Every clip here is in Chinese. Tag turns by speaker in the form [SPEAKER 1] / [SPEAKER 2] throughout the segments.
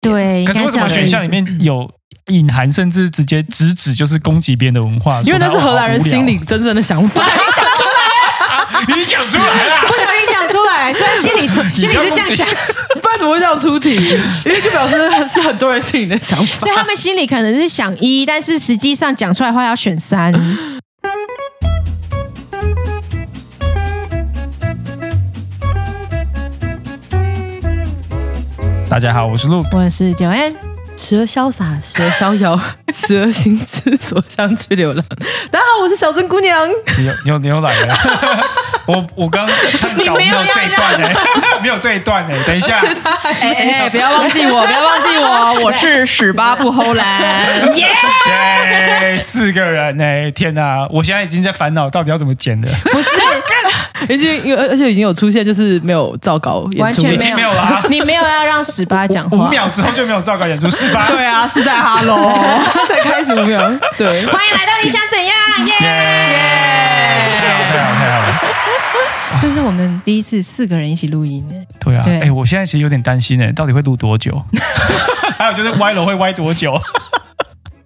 [SPEAKER 1] 对，
[SPEAKER 2] 可是为什么选项里面有隐含，甚至直接直指就是攻击别人的文化？
[SPEAKER 3] 因为那是
[SPEAKER 2] 说他
[SPEAKER 3] 荷兰人心里，真正的想 法。
[SPEAKER 2] 好无聊 你讲出
[SPEAKER 1] 不
[SPEAKER 2] 来 啦！
[SPEAKER 1] 小心讲出来，虽然心 里心里是这样想，
[SPEAKER 3] 不然怎么会这样出题？因为就表示是很多人心里的想法。
[SPEAKER 1] 所以他们心里可能是想一，但是实际上讲出来的话要选三。
[SPEAKER 2] 大家好，我是陆，
[SPEAKER 1] 我是九哎恩，
[SPEAKER 3] 蛇潇洒， 蛇逍遥，蛇行之所向去流浪。大家好，我是小珍姑娘。
[SPEAKER 2] 你又你又你又来 了。我我刚看稿没有这一段哎、 没有这一段哎、等一 下，
[SPEAKER 3] 哎哎，不要忘记 我，不要忘记我，我是屎巴布后兰。
[SPEAKER 2] 耶，四个人哎、天哪、我现在已经在烦恼到底要怎么剪了，
[SPEAKER 3] 不是，已经有，而且已经有出现，就是没有照稿演出，
[SPEAKER 1] 完全
[SPEAKER 2] 已经没有了啊
[SPEAKER 1] 你没有要让十八讲
[SPEAKER 2] 五
[SPEAKER 1] 话。
[SPEAKER 2] 秒之后就没有照稿演出是吧？
[SPEAKER 3] 对啊，是在哈喽， 在开始五秒，对，
[SPEAKER 1] 欢迎来到你想怎样
[SPEAKER 2] 耶，
[SPEAKER 1] 耶！
[SPEAKER 2] 太好了太好了太好了，
[SPEAKER 1] 这是我们第一次四个人一起录音诶，
[SPEAKER 2] 对啊，
[SPEAKER 1] 对
[SPEAKER 2] 哎、我现在其实有点担心哎、到底会录多 久？还有就是歪楼会歪多久？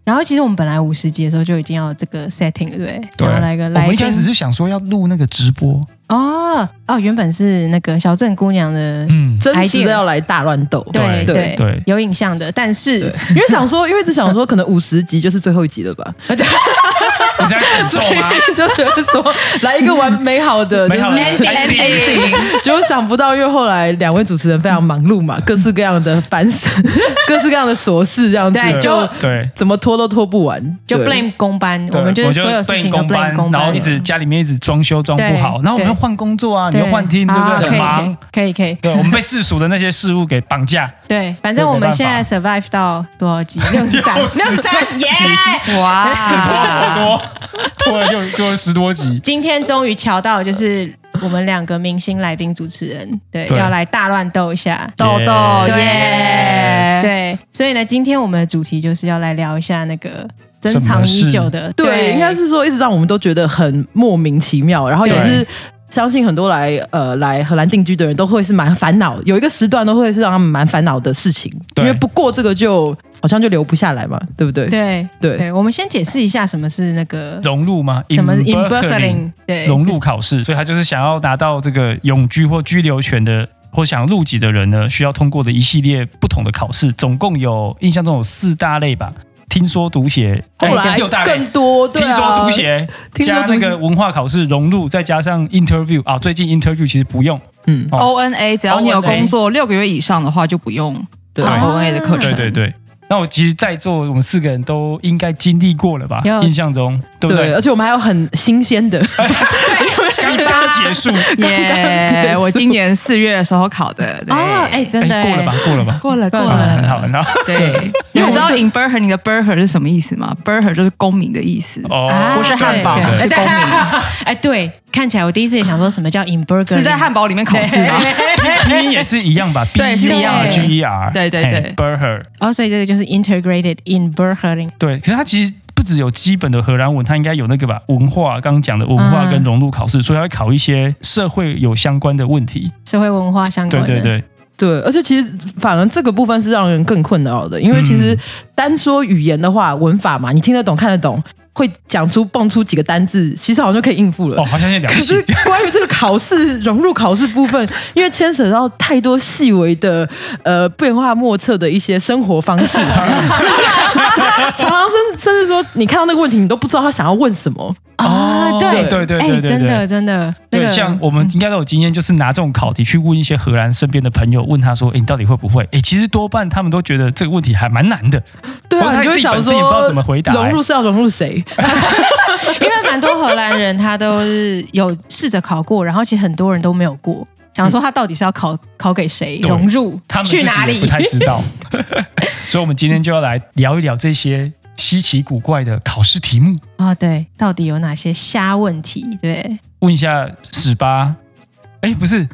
[SPEAKER 1] 然后其实我们本来五十集的时候就已经要有这个 setting 了对不对？
[SPEAKER 2] 对，
[SPEAKER 1] 然后来个
[SPEAKER 2] 我
[SPEAKER 1] 来
[SPEAKER 2] 们一
[SPEAKER 1] 宾
[SPEAKER 2] 开始是想说要录那个直播，
[SPEAKER 1] 哦哦，原本是那个小镇姑娘的，
[SPEAKER 2] 嗯，
[SPEAKER 3] 真实的要来大乱斗。
[SPEAKER 1] 对
[SPEAKER 2] 对
[SPEAKER 1] 对
[SPEAKER 2] 对
[SPEAKER 1] 有影像的，但
[SPEAKER 3] 对
[SPEAKER 1] 是，
[SPEAKER 3] 因为想说，因为只想说，可能五十集就是最后一集了吧，
[SPEAKER 2] 你在诅咒 吗？
[SPEAKER 3] 就觉得说来一个完美好 的，就
[SPEAKER 2] 美
[SPEAKER 3] 是
[SPEAKER 2] 好的
[SPEAKER 1] ending
[SPEAKER 3] ending，结果想不到，因为后来两位主持人非常忙碌嘛，各式各样的烦死， 各式各样的琐事这样子，
[SPEAKER 1] 对
[SPEAKER 3] 就
[SPEAKER 1] 就
[SPEAKER 2] 对。
[SPEAKER 3] 怎么拖都拖不完，
[SPEAKER 1] 就
[SPEAKER 3] 对
[SPEAKER 1] blame 公班，
[SPEAKER 2] 对
[SPEAKER 1] 我们就是
[SPEAKER 2] 就
[SPEAKER 1] 所有事情都 blame
[SPEAKER 2] 班，
[SPEAKER 1] 公
[SPEAKER 2] 然后
[SPEAKER 1] 班
[SPEAKER 2] 一，直家里面一直装修装不好，
[SPEAKER 1] 对
[SPEAKER 2] 然后我们要
[SPEAKER 1] 对
[SPEAKER 2] 换工作啊，你
[SPEAKER 1] 对
[SPEAKER 2] 要换 team，对
[SPEAKER 1] 啊
[SPEAKER 2] 不对？
[SPEAKER 1] 可
[SPEAKER 2] 很
[SPEAKER 1] 以
[SPEAKER 2] 忙，
[SPEAKER 1] 可以可以可以，
[SPEAKER 2] 对，我们被世俗的那些事物给绑 架，
[SPEAKER 1] 对，反正我们现在 survive 到多少 集？六十三，
[SPEAKER 2] 63
[SPEAKER 1] 耶！啊
[SPEAKER 2] 好
[SPEAKER 3] 哇，
[SPEAKER 2] 多拖了又拖了十多 集，
[SPEAKER 1] 今天终于瞧到，就是我们两个明星来宾主持人，对，
[SPEAKER 2] 对
[SPEAKER 1] 要来大乱斗一下。
[SPEAKER 3] 豆豆
[SPEAKER 1] 对
[SPEAKER 3] 耶，
[SPEAKER 1] 对，所以呢，今天我们的主题就是要来聊一下那个珍
[SPEAKER 2] 什么
[SPEAKER 1] 藏已
[SPEAKER 2] 事
[SPEAKER 1] 久的，
[SPEAKER 3] 对，应该是说一直让我们都觉得很莫名其妙，然后也
[SPEAKER 2] 对
[SPEAKER 3] 是。相信很多来呃来荷兰定居的人都会是蛮烦恼，有一个时段都会是让他们蛮烦恼的事情，因
[SPEAKER 2] 对
[SPEAKER 3] 为不过这个就好像就留不下来嘛，对不对？
[SPEAKER 1] 对
[SPEAKER 3] 对
[SPEAKER 1] 对。我们先解释一下什么是那个
[SPEAKER 2] 融入吗？
[SPEAKER 1] 什么 in
[SPEAKER 2] In Berkeley
[SPEAKER 1] Berkeley，对，
[SPEAKER 2] 融入考试，所以他就是想要拿到这个永居或居留权的。或想入籍的人呢，需要通过的一系列不同的考试，总共有印象中有四大类吧，听说读写，
[SPEAKER 3] 后来
[SPEAKER 2] 哎六大类，
[SPEAKER 3] 更多，对
[SPEAKER 2] 听
[SPEAKER 3] 啊，
[SPEAKER 2] 说读写
[SPEAKER 3] 听说
[SPEAKER 2] 加
[SPEAKER 3] 读写
[SPEAKER 2] 那个文化考试融入，再加上 interview 啊，最近 interview 其实不用，
[SPEAKER 3] 嗯，
[SPEAKER 2] 哦
[SPEAKER 4] O N A，只要你有
[SPEAKER 2] ONA
[SPEAKER 4] 工作六个月以上的话，就不用
[SPEAKER 3] 对
[SPEAKER 4] 上 O N A 的课程。
[SPEAKER 2] 对对 对。那我其实，在座我们四个人都应该经历过了吧？
[SPEAKER 1] 有
[SPEAKER 2] 印象中，对不
[SPEAKER 3] 对，
[SPEAKER 2] 对？
[SPEAKER 3] 而且我们还有很新鲜的，
[SPEAKER 2] 刚刚结束，
[SPEAKER 3] 结
[SPEAKER 4] 耶
[SPEAKER 3] 束
[SPEAKER 4] 我今年四月的时候考的，对
[SPEAKER 1] 哦，哎，真的
[SPEAKER 2] 哎，过了吧，过了吧，
[SPEAKER 4] 啊过了过
[SPEAKER 2] 啊，很好，
[SPEAKER 4] 了。
[SPEAKER 2] 很好。
[SPEAKER 4] 对，你们知道 in burger 你的 burger 是什么意思吗？burger 就是公民的意思。
[SPEAKER 2] 哦，
[SPEAKER 4] 不是汉堡
[SPEAKER 2] 对对
[SPEAKER 4] 是公民
[SPEAKER 1] 啊 哎，对，看起来我第一次也想说什么叫 in burger，
[SPEAKER 4] 是在汉堡里面考试吗？
[SPEAKER 2] 拼音也是一样吧？
[SPEAKER 4] 对是一样的
[SPEAKER 2] G E R，
[SPEAKER 4] 对对对
[SPEAKER 2] b u r g e r
[SPEAKER 1] 哦，所以这个就是 integrated in burgering。
[SPEAKER 2] 对。其实它其实不只有基本的荷兰文，它应该有那个吧，文化刚刚讲的文化跟融入考试，所以它会考一些社会有相关的问题。
[SPEAKER 1] 社会文化相
[SPEAKER 2] 对
[SPEAKER 1] 关的。
[SPEAKER 2] 对对，
[SPEAKER 3] 对，而且其实反而这个部分是让人更困扰的，因为其
[SPEAKER 2] 嗯
[SPEAKER 3] 实单说语言的话，文法嘛，你听得懂看得懂，会讲出蹦出几个单字，其实好像就可以应付了。
[SPEAKER 2] 哦，好像也了
[SPEAKER 3] 可
[SPEAKER 2] 解
[SPEAKER 3] 是。关于这个考试融入考试部分，因为牵扯到太多细微的呃变化莫测的一些生活方 式，常常甚甚至说你看到那个问题，你都不知道他想要问什么。
[SPEAKER 1] 啊，对
[SPEAKER 2] 哦对对对
[SPEAKER 1] 哎，
[SPEAKER 2] 对对
[SPEAKER 1] 真的真的，那
[SPEAKER 2] 对，
[SPEAKER 1] 个
[SPEAKER 2] 像我们应该都有经验，就是拿这种考题去问一些荷兰身边的朋友，问他说：“哎，你到底会不会？”哎，其实多半他们都觉得这个问题还蛮难的。不
[SPEAKER 3] 对
[SPEAKER 2] 过
[SPEAKER 3] 啊，
[SPEAKER 2] 他
[SPEAKER 3] 你就会
[SPEAKER 2] 自己
[SPEAKER 3] 想
[SPEAKER 2] 本身
[SPEAKER 3] 说
[SPEAKER 2] 也不知道怎么回答
[SPEAKER 3] 融入是要融入谁？
[SPEAKER 1] 因为蛮多荷兰人他都是有试着考过，然后其实很多人都没有过。想说他到底是要考考给谁
[SPEAKER 2] 对
[SPEAKER 1] 融入
[SPEAKER 2] 嗯他们自
[SPEAKER 1] 去
[SPEAKER 2] 己
[SPEAKER 1] 哪
[SPEAKER 2] 也
[SPEAKER 1] 里
[SPEAKER 2] 不？太知道，所以我们今天就要来聊一聊这些稀奇古怪的考试题目。
[SPEAKER 1] 啊，对，到底有哪些瞎问题？对，
[SPEAKER 2] 问一下屎吧，哎，不 是，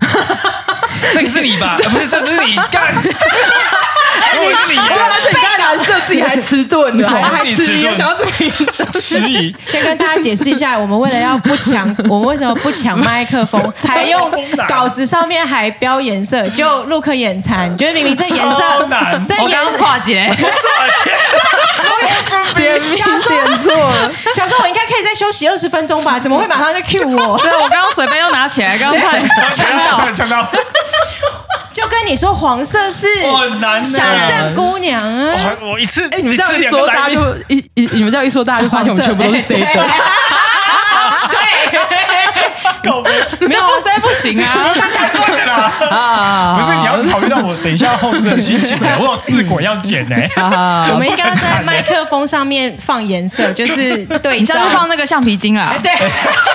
[SPEAKER 2] 这个是你吧？呃不是，这不是你干，如果是你
[SPEAKER 3] 对啊，而且你刚才蓝色自己还迟 钝呢，还还
[SPEAKER 2] 自己
[SPEAKER 3] 迟
[SPEAKER 2] 迟
[SPEAKER 3] 疑，
[SPEAKER 2] 钝
[SPEAKER 3] 想要怎么赢？
[SPEAKER 2] 迟疑，
[SPEAKER 1] 先跟大家解释一下，我们为了要不 抢，我们为什么不抢麦克风，才用稿子上面还标颜色，就陆克眼馋，觉得明明这颜
[SPEAKER 2] 超
[SPEAKER 1] 色
[SPEAKER 2] 难，
[SPEAKER 1] 这
[SPEAKER 4] 我
[SPEAKER 1] 颜
[SPEAKER 4] 刚刚
[SPEAKER 1] 化解。
[SPEAKER 3] 点名点错了，
[SPEAKER 1] 想说我应该可以再休息二十分钟吧，怎么会马上就 cue 我？
[SPEAKER 4] 对，我刚刚水杯又拿起来，刚刚差点
[SPEAKER 2] 呛到呛 到，
[SPEAKER 1] 就跟你说黄色是
[SPEAKER 4] 哦
[SPEAKER 2] 哇很难呢
[SPEAKER 1] 小镇姑娘啊，
[SPEAKER 2] 我我一次，
[SPEAKER 3] 哎，你们这
[SPEAKER 2] 一次
[SPEAKER 3] 样一
[SPEAKER 2] 两个
[SPEAKER 3] 说，
[SPEAKER 2] 来
[SPEAKER 3] 大家
[SPEAKER 2] 宾
[SPEAKER 3] 就一一你们这样一说，大家就发现我们全部都是 C 的。
[SPEAKER 2] 搞不
[SPEAKER 4] 没有，我实在不行啊。
[SPEAKER 2] 对 啦。
[SPEAKER 3] 啊
[SPEAKER 2] 不是你要考虑到我等一下后置的心情，啊 我有四果要剪呢。
[SPEAKER 3] 啊
[SPEAKER 1] 我们应该要在麦克风上面放颜色，就是对
[SPEAKER 4] 你下
[SPEAKER 1] 照
[SPEAKER 4] 次放那个橡皮筋啦，
[SPEAKER 1] 对，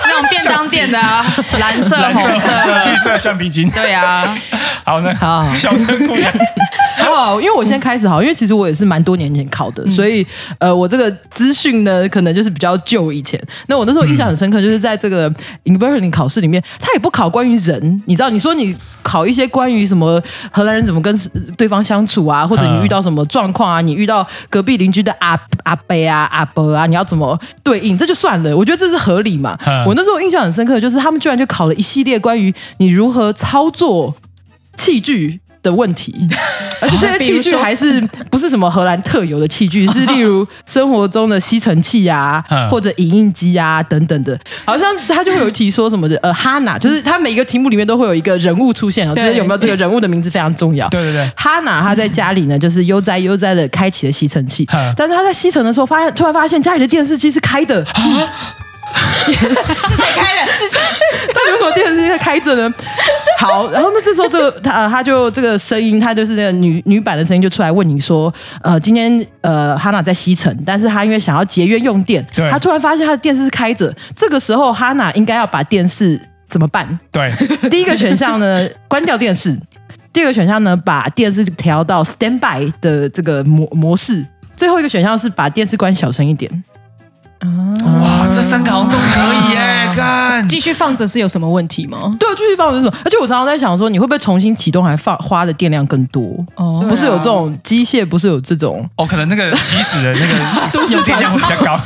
[SPEAKER 4] 那种便当店的啊， 蓝色、
[SPEAKER 2] 蓝色、
[SPEAKER 4] 红
[SPEAKER 2] 红色、绿
[SPEAKER 4] 色，
[SPEAKER 2] 色橡皮筋。
[SPEAKER 4] 对啊，
[SPEAKER 2] 好呢，
[SPEAKER 3] 好
[SPEAKER 2] 小镇姑娘，
[SPEAKER 3] 哦，因为我先开始好，因为其实我也是蛮多年前考的，所以呃，我这个资讯呢，可能就是比较旧以前。那我那时候印象很深刻，就是在这个 i n v e r l i n 考试里面，他也不考关于人，你知道，你说你考一些关于什么荷兰人怎么跟对方相处啊，或者你遇到什么状况啊，你遇到隔壁邻居的阿阿伯啊、阿伯啊，你要怎么对应，这就算了，我觉得这是合理嘛。
[SPEAKER 2] 嗯
[SPEAKER 3] 我那时候印象很深刻，就是他们居然就考了一系列关于你如何操作器具的问题，而且这
[SPEAKER 2] 啊
[SPEAKER 3] 些器具还是不是什么荷兰特有的 器具，是例如生活中的吸尘器啊
[SPEAKER 2] 嗯，
[SPEAKER 3] 或者影印机啊等等的。好像他就会有一题说什么的，呃，哈娜，就是他每一个题目里面都会有一个人物出现哦，就是有没有这个人物的名字非常重要。
[SPEAKER 2] 对对对
[SPEAKER 3] 哈娜她在家里呢，就是悠哉悠哉的开启了吸尘器
[SPEAKER 2] 嗯，
[SPEAKER 3] 但是她在吸尘的时候，发现突然发现家里的电视机是开的，
[SPEAKER 1] 是谁开的？是谁？
[SPEAKER 3] 到底为什么电视机会开着呢？好，然后那这时候这个他呃他就这个声音，他就是那个女女版的声音就出来问你说，呃，今天呃哈娜在吸尘，但是她因为想要节约用电
[SPEAKER 2] 对，
[SPEAKER 3] 她突然发现她的电视是开着，这个时候哈娜应该要把电视怎么办？
[SPEAKER 2] 对，
[SPEAKER 3] 第一个选项呢，关掉电视；第二个选项呢，把电视调到 standby 的这个模模式；最后一个选项是把电视关小声一点。嗯
[SPEAKER 2] 哇，这三个好像都可以耶，干。
[SPEAKER 1] 继续放着是有什么问题吗？
[SPEAKER 3] 对啊，继续放是什么？而且我常常在想说，你会不会重新启动还放花的电量更多？
[SPEAKER 1] 哦，
[SPEAKER 3] 不是有这种机械，不是有这种，
[SPEAKER 2] 哦，可能那个起始的那个用电量会比较高。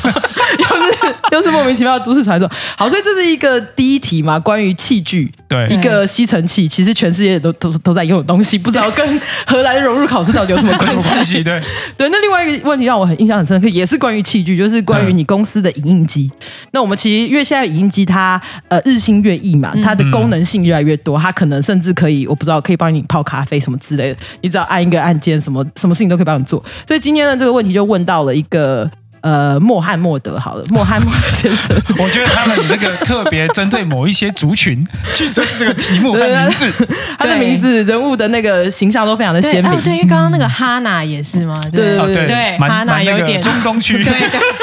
[SPEAKER 3] 又是莫名其妙的都市传说。好，所以这是一个第一题嘛，关于器具，
[SPEAKER 2] 对
[SPEAKER 3] 一个吸尘器，其实全世界都都都在用的东西，不知道跟荷兰融入考试到底有什么
[SPEAKER 2] 有什
[SPEAKER 3] 关
[SPEAKER 2] 么
[SPEAKER 3] 系？
[SPEAKER 2] 关系？对，
[SPEAKER 3] 对，那另外一个问题让我很印象很深刻，也是关于器具，就是关于你公司的影印机。那我们其实因为现在影印机它呃日新月异嘛，它的功能性越来越多，它可能甚至可以我不知道可以帮你泡咖啡什么之类的，你只要按一个按键，什么什么事情都可以帮你做。所以今天的这个问题就问到了一个。呃，莫汉默德好了，莫汉默德先生，
[SPEAKER 2] 我觉得他们那个特别针对某一些族群去设这个题目和名字，
[SPEAKER 3] 他的
[SPEAKER 4] 对
[SPEAKER 3] 名字、人物的那个形象都非常的鲜
[SPEAKER 1] 对
[SPEAKER 3] 明。
[SPEAKER 1] 哦，对，因为刚刚那个哈娜也是嘛，
[SPEAKER 3] 对
[SPEAKER 2] 哦，
[SPEAKER 1] 对哈
[SPEAKER 2] 蛮
[SPEAKER 1] 娜
[SPEAKER 2] 蛮那
[SPEAKER 1] 有
[SPEAKER 2] 个
[SPEAKER 1] 点
[SPEAKER 2] 中东区，
[SPEAKER 1] 对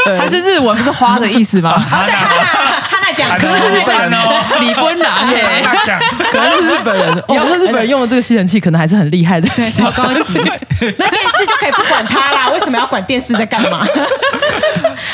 [SPEAKER 1] 对，
[SPEAKER 4] 它是日文，不是花的意思吗？
[SPEAKER 2] 哈
[SPEAKER 1] 对
[SPEAKER 2] 娜
[SPEAKER 1] 哈娜哈娜讲，
[SPEAKER 2] 可
[SPEAKER 1] 可
[SPEAKER 2] 是
[SPEAKER 1] 是
[SPEAKER 2] 日本哦，
[SPEAKER 4] 李温拿
[SPEAKER 2] 哈
[SPEAKER 4] 耶，
[SPEAKER 2] 娜讲，
[SPEAKER 3] 可能是日本人，哦，那日本人用的这个吸尘器可能还是很厉害的，对，
[SPEAKER 1] 超高 级，
[SPEAKER 2] 啊
[SPEAKER 1] 那电视就可以不管它啦，为什么要管电视在干嘛？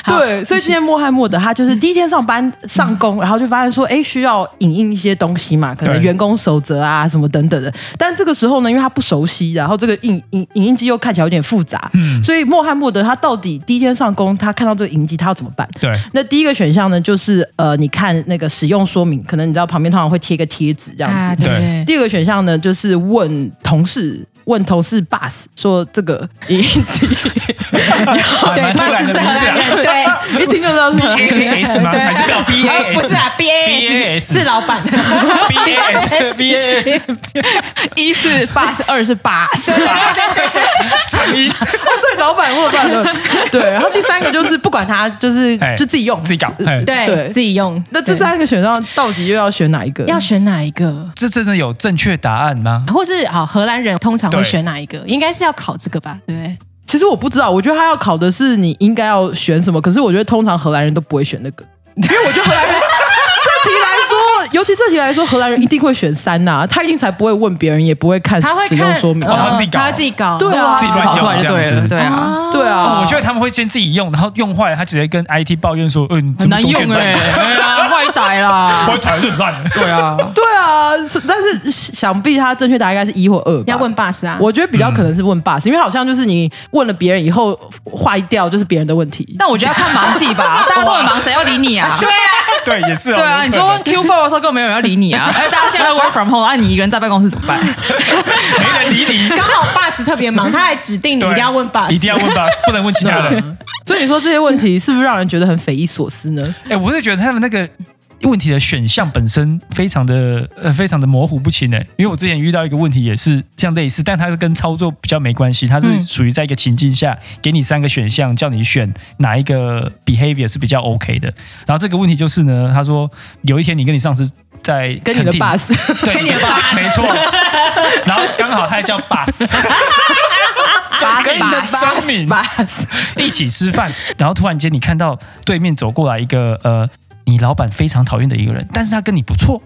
[SPEAKER 3] 对，所以今天莫汉默德他就是第一天上班上工，然后就发现说，哎，需要影印一些东西嘛，可能
[SPEAKER 2] 对
[SPEAKER 3] 员工守则啊什么等等的。但这个时候呢，因为他不熟悉，然后这个影影影印机又看起来有点复杂，
[SPEAKER 2] 嗯
[SPEAKER 3] 所以莫汉默德他到底第一天上工，他看到这个影印机，他要怎么办？
[SPEAKER 2] 对
[SPEAKER 3] 那第一个选项呢，就是呃，你看那个使用说明，可能你知道旁边通常会贴一个贴纸这样子。
[SPEAKER 4] 啊
[SPEAKER 2] 对
[SPEAKER 3] 第二个选项呢，就是问同事。问同事 bus 说这个影印机，
[SPEAKER 2] 对蛮突然的名字啊
[SPEAKER 1] 对。
[SPEAKER 3] 一听就知道是
[SPEAKER 2] A A S 吗？还是叫 B
[SPEAKER 1] 啊
[SPEAKER 2] A S？
[SPEAKER 1] 不是啊，B A
[SPEAKER 2] BAS
[SPEAKER 1] S 是老板
[SPEAKER 2] B A S B A S
[SPEAKER 4] 一是八，是二是八，
[SPEAKER 2] 长音，
[SPEAKER 3] 哦，对，老板或办的，对。然后第三个就是不管他，就 是
[SPEAKER 2] 哎
[SPEAKER 3] 就自己用
[SPEAKER 2] 自己搞。哎
[SPEAKER 1] 对
[SPEAKER 3] 对
[SPEAKER 1] 自己用。
[SPEAKER 3] 那这
[SPEAKER 1] 对
[SPEAKER 3] 三个选项到底又要选哪一个？
[SPEAKER 1] 要选哪一个？
[SPEAKER 2] 这真的有正确答案吗？
[SPEAKER 1] 或是好，荷兰人通常会
[SPEAKER 2] 对
[SPEAKER 1] 选哪一个？应该是要考这个吧，对不对？
[SPEAKER 3] 其实我不知道，我觉得他要考的是你应该要选什么，可是我觉得通常荷兰人都不会 选那个，因为我觉得荷兰人这题来说，尤其这题来说，荷兰人一定会选三呐、他一定才不会问别人，也不会看
[SPEAKER 1] 他会
[SPEAKER 3] 使用
[SPEAKER 1] 看
[SPEAKER 3] 说明。
[SPEAKER 2] 哦他自己搞
[SPEAKER 1] 他会自己搞，
[SPEAKER 3] 对啊
[SPEAKER 2] 自己乱
[SPEAKER 4] 跑出
[SPEAKER 2] 用
[SPEAKER 4] 来就
[SPEAKER 2] 这
[SPEAKER 4] 对
[SPEAKER 2] 样
[SPEAKER 4] 了，
[SPEAKER 2] 子。
[SPEAKER 4] 对啊，
[SPEAKER 3] 对啊，
[SPEAKER 2] 哦，我觉得他们会先自己用，然后用坏了，他直接跟 IT 抱怨说：“嗯，
[SPEAKER 4] 很难用
[SPEAKER 2] 哎，
[SPEAKER 4] 哎，哎呀，坏歹啦
[SPEAKER 2] 我，团是烂的。
[SPEAKER 4] 对啊，
[SPEAKER 3] 对啊，是但是想必他正确答案应该是一或二吧。
[SPEAKER 1] 要问 boss 啊。
[SPEAKER 3] 我觉得比较可能是问 bus，、因为好像就是你问了别人以后坏掉就是别人的问题。
[SPEAKER 4] 哦但我觉得要看忙季吧，大家都很忙，谁要理你啊？对啊，
[SPEAKER 2] 对，也是哦
[SPEAKER 4] 对
[SPEAKER 2] 有
[SPEAKER 4] 啊，你
[SPEAKER 2] 可
[SPEAKER 4] 说
[SPEAKER 2] 能
[SPEAKER 4] Q four 的时候根本没有人要理你 啊，而且大家现在都 work from home，啊，你一个人在办公室怎么办？
[SPEAKER 2] 没人理你，
[SPEAKER 1] 刚好 bus 特别忙，他还指定你一定要问 bus，
[SPEAKER 2] 一定要问 boss，不能问其他人。
[SPEAKER 3] 所以你说这些问题是不是让人觉得很匪夷所思 呢？
[SPEAKER 2] 哎、我是觉得他们那个问题的选项本身非常的呃非常的模糊不清哎、因为我之前遇到一个问题也是这样类似，但它是跟操作比较没关系，它是
[SPEAKER 4] 嗯
[SPEAKER 2] 属于在一个情境下给你三个选项，叫你选哪一个 behavior 是比较 OK 的。然后这个问题就是呢，他说有一天你跟你上司在
[SPEAKER 3] 跟你
[SPEAKER 2] 肯
[SPEAKER 3] 的
[SPEAKER 2] 定
[SPEAKER 3] bus
[SPEAKER 2] 对跟你的 boss 没错，然后刚好他也叫 boss。
[SPEAKER 3] 跟你的
[SPEAKER 2] 张敏
[SPEAKER 3] bus
[SPEAKER 2] 一起吃饭，然后突然间你看到对面走过来一个呃，你老板非常讨厌的一个人，但是他跟你不错。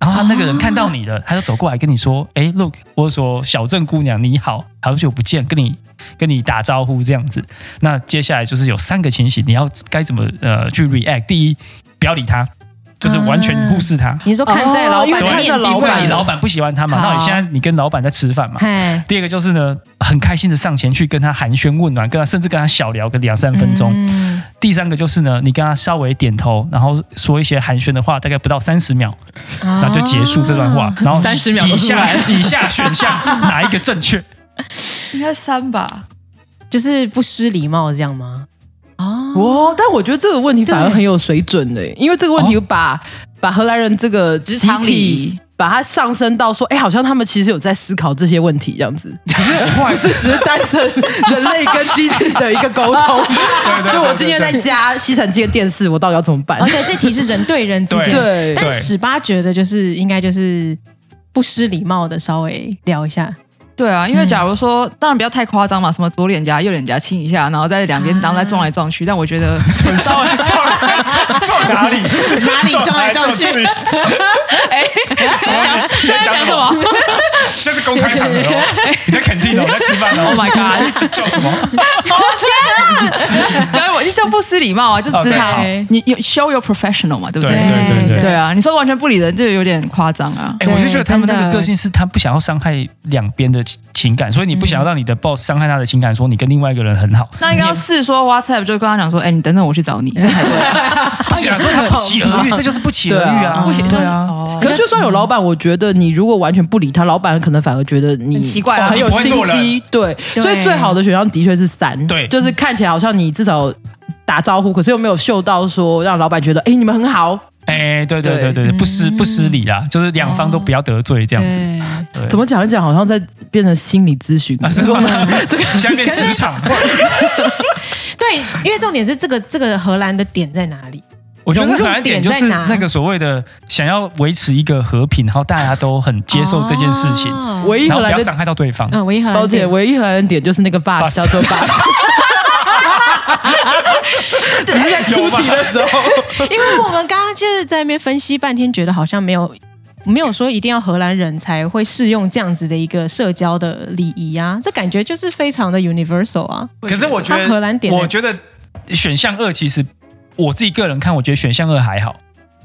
[SPEAKER 2] 然后他那个人看到你了，他就走过来跟你说：“哎，look，或者说小郑姑娘你好，好久不见，跟你跟你打招呼这样子。”那接下来就是有三个情形，你要该怎么呃去 react？第一，不要理他，就是完全忽视他。
[SPEAKER 1] 你说看在老
[SPEAKER 3] 哦因为
[SPEAKER 1] 板的
[SPEAKER 3] 看
[SPEAKER 2] 对，
[SPEAKER 3] 着
[SPEAKER 1] 面子
[SPEAKER 2] 因
[SPEAKER 3] 老
[SPEAKER 2] 为
[SPEAKER 1] 上
[SPEAKER 2] 你，老板不喜欢他嘛，
[SPEAKER 1] 好
[SPEAKER 2] 那你现在你跟老板在吃饭嘛，
[SPEAKER 1] 哎，
[SPEAKER 2] 第二个就是呢，很开心的上前去跟他寒暄问暖，跟他甚至跟他小聊个两三分钟。
[SPEAKER 1] 嗯
[SPEAKER 2] 第三个就是呢，你跟他稍微点头，然后说一些寒暄的话，大概不到三十秒，然后就结束这段话。然 后
[SPEAKER 4] 30秒
[SPEAKER 2] 以
[SPEAKER 4] 都出
[SPEAKER 2] 下
[SPEAKER 4] 来
[SPEAKER 2] 以下选项哪一个正 确？
[SPEAKER 4] 应该三吧，
[SPEAKER 1] 就是不失礼貌这样吗？哦，
[SPEAKER 3] 哇！但我觉得这个问题反而很有水准的、因为这个问题把、
[SPEAKER 2] 哦
[SPEAKER 3] 把荷兰人这个职
[SPEAKER 4] 场礼仪
[SPEAKER 3] 把它上升到说，哎、好像他们其实有在思考这些问题，这 样子，不是只是单纯人类跟机器的一个沟通。
[SPEAKER 2] 对
[SPEAKER 3] 就我今天在家吸尘器跟电视，我到底要怎么办
[SPEAKER 1] 而？且这题是人对人之间，
[SPEAKER 3] 对
[SPEAKER 1] 但
[SPEAKER 2] 对
[SPEAKER 1] 史巴觉得就是应该就是不失礼貌的稍微聊一下，
[SPEAKER 4] 对啊，因为假如说，当然不要太夸张嘛，什么左脸颊、右脸颊亲一下，然后在两边当在撞来撞去，但我觉 得稍微撞来撞
[SPEAKER 2] 撞哪 里？
[SPEAKER 1] 哪里撞来撞去
[SPEAKER 2] 撞来撞去
[SPEAKER 4] 哎，在讲什么？
[SPEAKER 2] 这是公开场合 哦，你在肯定哦，你在吃饭
[SPEAKER 4] Oh
[SPEAKER 2] 哦，
[SPEAKER 4] my god！
[SPEAKER 2] 撞什么？
[SPEAKER 4] 然后我就这不失礼貌啊，就职场
[SPEAKER 2] 哦对好，
[SPEAKER 4] 你有 show your professional 嘛，对不
[SPEAKER 2] 对对对对
[SPEAKER 4] 对啊，你说完全不理人就有点夸张啊。
[SPEAKER 2] 哎、我就觉得他们那
[SPEAKER 1] 真
[SPEAKER 2] 个
[SPEAKER 1] 的
[SPEAKER 2] 个性是他不想要伤害两边的情情感，所以你不想要让你的 boss 伤害他的情感，说你跟另外一个人很好，
[SPEAKER 4] 那应该要试说 WhatsApp 就跟他讲说，哎，你等等我去找 你，这才对
[SPEAKER 2] 不想说他不期而遇，这就是不期而遇啊，
[SPEAKER 4] 不行，
[SPEAKER 2] 对啊。
[SPEAKER 4] 哦
[SPEAKER 3] 可是就算有老板，我觉得你如果完全不理他，老板可能反而觉得你
[SPEAKER 4] 很奇怪啊
[SPEAKER 3] 很有
[SPEAKER 2] 你不
[SPEAKER 3] 心
[SPEAKER 2] 会做人
[SPEAKER 3] 机。对，
[SPEAKER 1] 对
[SPEAKER 3] 所以最好的选项的确是三，
[SPEAKER 2] 对
[SPEAKER 3] 就是看起来好像你至少打招呼，可是又没有嗅到说让老板觉得，哎，你们很好，
[SPEAKER 2] 哎，对对对对对，不失不失礼啦，就是两方都不要得罪这样子。
[SPEAKER 1] 对，
[SPEAKER 2] 对
[SPEAKER 3] 怎么讲一讲，好像在变成心理咨询了
[SPEAKER 2] 啊？是吗？像变职场，
[SPEAKER 1] 对，因为重点是这个这个荷兰的点在哪里？
[SPEAKER 2] 我觉得很难点就是
[SPEAKER 1] 融入点在哪
[SPEAKER 2] 那个所谓的想要维持一个和平，然后大家都很接受这件事情，
[SPEAKER 1] 哦
[SPEAKER 3] 唯一
[SPEAKER 2] 然
[SPEAKER 3] 荷
[SPEAKER 2] 后不
[SPEAKER 3] 兰
[SPEAKER 2] 要
[SPEAKER 3] 的
[SPEAKER 2] 伤害到对方。
[SPEAKER 1] 嗯，唯一荷兰
[SPEAKER 3] 包
[SPEAKER 1] 的
[SPEAKER 3] 姐，
[SPEAKER 1] 点，
[SPEAKER 3] 唯一荷兰的点就是那个 bus
[SPEAKER 2] bus
[SPEAKER 3] 叫 做 bus。只是在出题的时候，
[SPEAKER 1] 因为我们刚刚就是在那边分析半天，觉得好像没有。没有说一定要荷兰人才会适用这样子的一个社交的礼仪啊，这感觉就是非常的 universal 啊。
[SPEAKER 2] 可是我觉
[SPEAKER 1] 他荷兰
[SPEAKER 2] 得，
[SPEAKER 1] 点
[SPEAKER 2] 我觉得选项二其实我自己个人看，我觉得选项二还好。